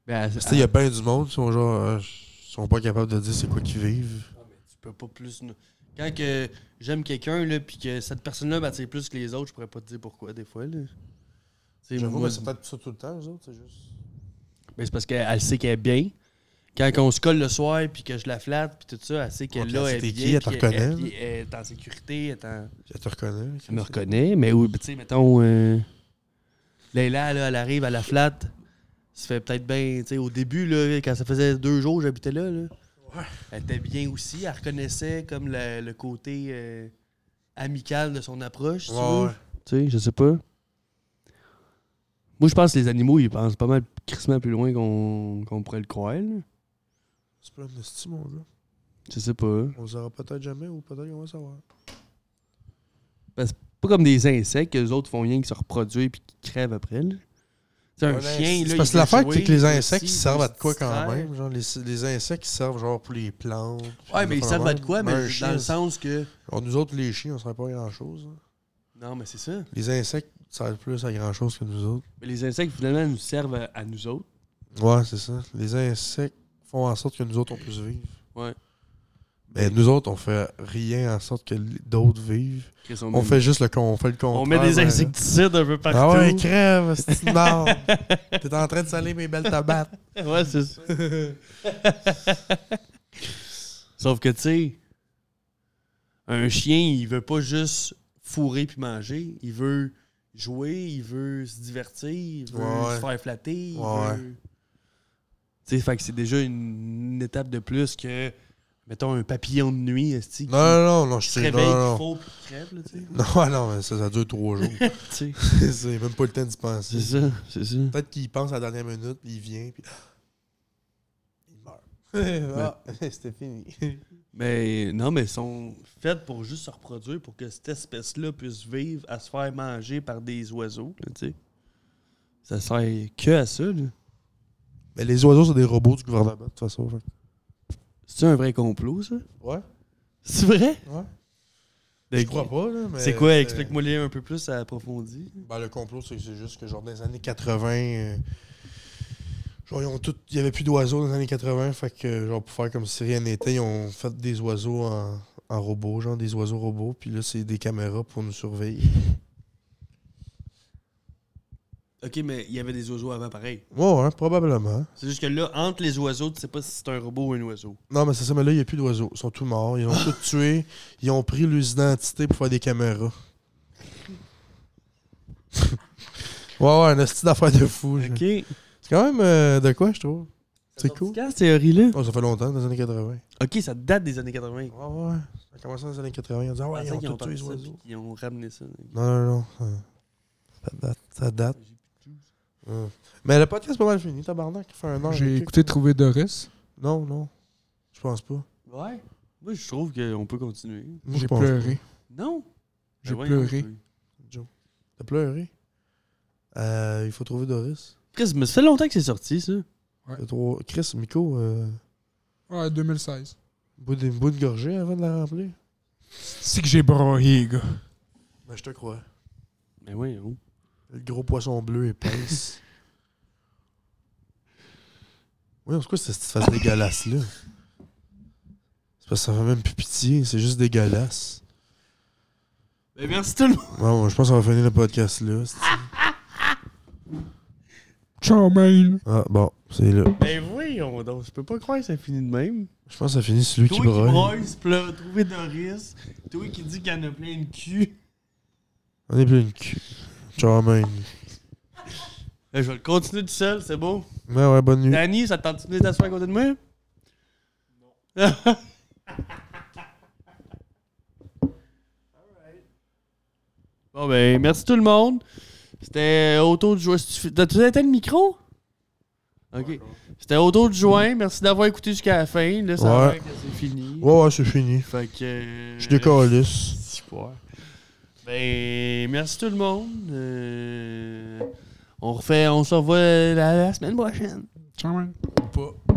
Ben,
Tu sais, il y a bien du monde qui sont genre, euh, sont pas capables de dire c'est quoi qu'ils vivent.
Tu peux pas plus... nous- Quand que j'aime quelqu'un, là, puis que cette personne-là m'attire plus que les autres, je pourrais pas te dire pourquoi, des fois, là. Tu sais, moi,
peut-être ça tout le temps, eux autres, c'est juste.
ben, c'est parce qu'elle sait qu'elle est bien. Quand on se colle le soir, puis que je la flatte, puis tout ça, elle sait qu'elle
puis
là,
elle sait
elle est
t'es
bien,
qui, elle te
puis
reconnaît,
puis elle est en sécurité, elle est en...
Elle te reconnaît.
Elle me reconnaît, mais oui, tu sais, mettons, euh, Leila, là, elle arrive à la flatte. Ça fait peut-être bien, tu sais, au début, là, quand ça faisait deux jours que j'habitais là, là, elle était bien aussi. Elle reconnaissait comme le, le côté euh, amical de son approche, si tu
Ouais,
veux.
ouais.
Tu sais, je sais pas. Moi, je pense que les animaux, ils pensent pas mal crissement plus loin qu'on qu'on pourrait le croire. là.
C'est pas un esti, mon gars.
Je sais pas.
On le saura peut-être jamais, ou peut-être qu'on va savoir.
Pas comme des insectes, les autres font rien qui se reproduisent puis qui crèvent après. là. C'est un
Ouais,
chien, là.
c'est
il
parce que
veut
l'affaire,
jouer,
c'est que les
il
insectes, ils
veut
servent à de
se
quoi quand
distraire.
même? Genre, les, les insectes, ils servent genre pour les plantes. puis
Ouais,
les
mais ils
affaires
servent à de
même.
quoi, mais
Un
dans
chien,
le sens que.
on- nous autres, les chiens, on ne sert pas à grand-chose. hein.
Non, mais c'est ça.
Les insectes servent plus à grand-chose que nous autres.
Mais les insectes, finalement, nous servent à, à nous autres.
Ouais, c'est ça. Les insectes font en sorte que nous autres, on puisse vivre.
Ouais.
Mais nous autres, on fait rien en sorte que les- d'autres vivent.
Mm.
On fait juste le, con- on fait le contraire.
on met des
hein.
insecticides un peu partout.
Ah ouais, crève, c'est une merde. T'es en train de saler mes belles tomates.
Ouais, c'est ça. Sauf que, tu sais, un chien, il veut pas juste fourrer puis manger. Il veut jouer, il veut se divertir, il veut
Ouais.
se faire flatter. il
Ouais.
veut- Tu sais, fait que c'est déjà une, une étape de plus que, mettons, un papillon de nuit, esti, qui
Non, non, non, non, je
se
sais.
réveille, qui
Non, non.
faut puis qui crève, là, tu sais.
Non, ah non, mais ça, ça dure trois jours.
Tu sais.
c'est même pas le temps d'y penser.
C'est ça, c'est ça.
Peut-être qu'il pense à la dernière minute, puis il vient, puis. Il meurt. ah, c'était fini.
Mais non, mais ils sont faits pour juste se reproduire pour que cette espèce-là puisse vivre à se faire manger par des oiseaux. là, tu sais. Ça sert que à ça. là.
Mais les oiseaux, c'est des robots du gouvernement, de toute façon. fait
C'est un vrai complot, ça?
que- Ouais,
C'est vrai?
ouais.
Ben,
Je crois pas, là. mais-
C'est quoi?
euh,
Explique-moi un peu plus approfondi.
Ben, le complot, c'est c'est juste que, genre, dans les années 80. euh, Genre, ils ont tout... il n'y avait plus d'oiseaux dans les années 80, fait que, genre, pour faire comme si rien n'était, ils ont fait des oiseaux en, en robots, genre des oiseaux robots, puis là, c'est des caméras pour nous surveiller.
Ok, mais il y avait des oiseaux avant pareil.
Ouais, ouais, probablement.
C'est juste que là, entre les oiseaux, tu sais pas si c'est un robot ou un oiseau.
Non, mais c'est ça, mais là, il n'y a plus d'oiseaux. Ils sont tous morts. Ils ont tous tué. Ils ont pris leurs identités pour faire des caméras. ouais, ouais, un style d'affaires de fou. genre. C'est quand même euh, de quoi, je trouve. C'est
Ça sort
cool.
du Quand cette théorie-là?
Oh, ça fait longtemps, dans les années 80.
Ok, ça date des années 80.
Ouais, ouais. Ça a commencé dans les années 80. Ils ont dit, ah
Je
ouais,
pensais
ils
qu'ils
ont tous
parti
tué les
ça,
oiseaux.
puis Ils ont ramené ça.
Non, non, non. Ça date. Ça date. Ouais. Mais le podcast est pas mal fini, tabarnak. Il fait un an.
J'ai écouté Trouver Doris.
Non, non. Je pense pas.
Ouais. Moi, je trouve qu'on peut continuer.
Moi, je
J'ai
pense pas.
pleuré.
Non.
J'ai
Ben voyons,
pleuré.
toi.
T'as pleuré? Euh, il faut trouver Doris.
Chris, mais ça fait longtemps que c'est sorti, ça.
Le trois- Chris, Miko, euh,
Ouais, 2016.
bout d'une bout de gorgée avant de la remplir.
C'est que j'ai broyé, gars.
Ben, je te crois.
Ben oui,
Le gros poisson bleu épaisse. oui, c'est quoi cette petite face dégueulasse là? C'est parce que ça fait même plus pitié, c'est juste dégueulasse.
Ben merci tout le monde.
Bon, je pense qu'on va finir le podcast là. c'est-
Ciao, man.
Ah, bon, c'est là.
Ben voyons donc, je peux pas croire que ça finit de même.
Je pense que ça finit celui
Toi
qui broye.
pleure, trouver Doris. Toi qui dis qu'il y en a plein de cul.
On est plus une cul. Ciao, man.
Là, Ben, je vais le continuer tout seul, c'est beau.
Mais ouais, bonne nuit.
Danny, ça te tente de t'asseoir à côté de moi? Non. bon, ben, merci tout le monde. C'était autour du juin. Si tu- T'as-tu éteint le micro? Ok. C'était autour du juin. Merci d'avoir écouté jusqu'à la fin. Là, ça
Ouais.
va que c'est fini.
Ouais, ouais, c'est fini.
Fait que. euh,
Je décalisse.
Super. Ben, merci tout le monde. Euh, on refait, on se revoit la- la semaine prochaine.
Ciao, man.
Pas.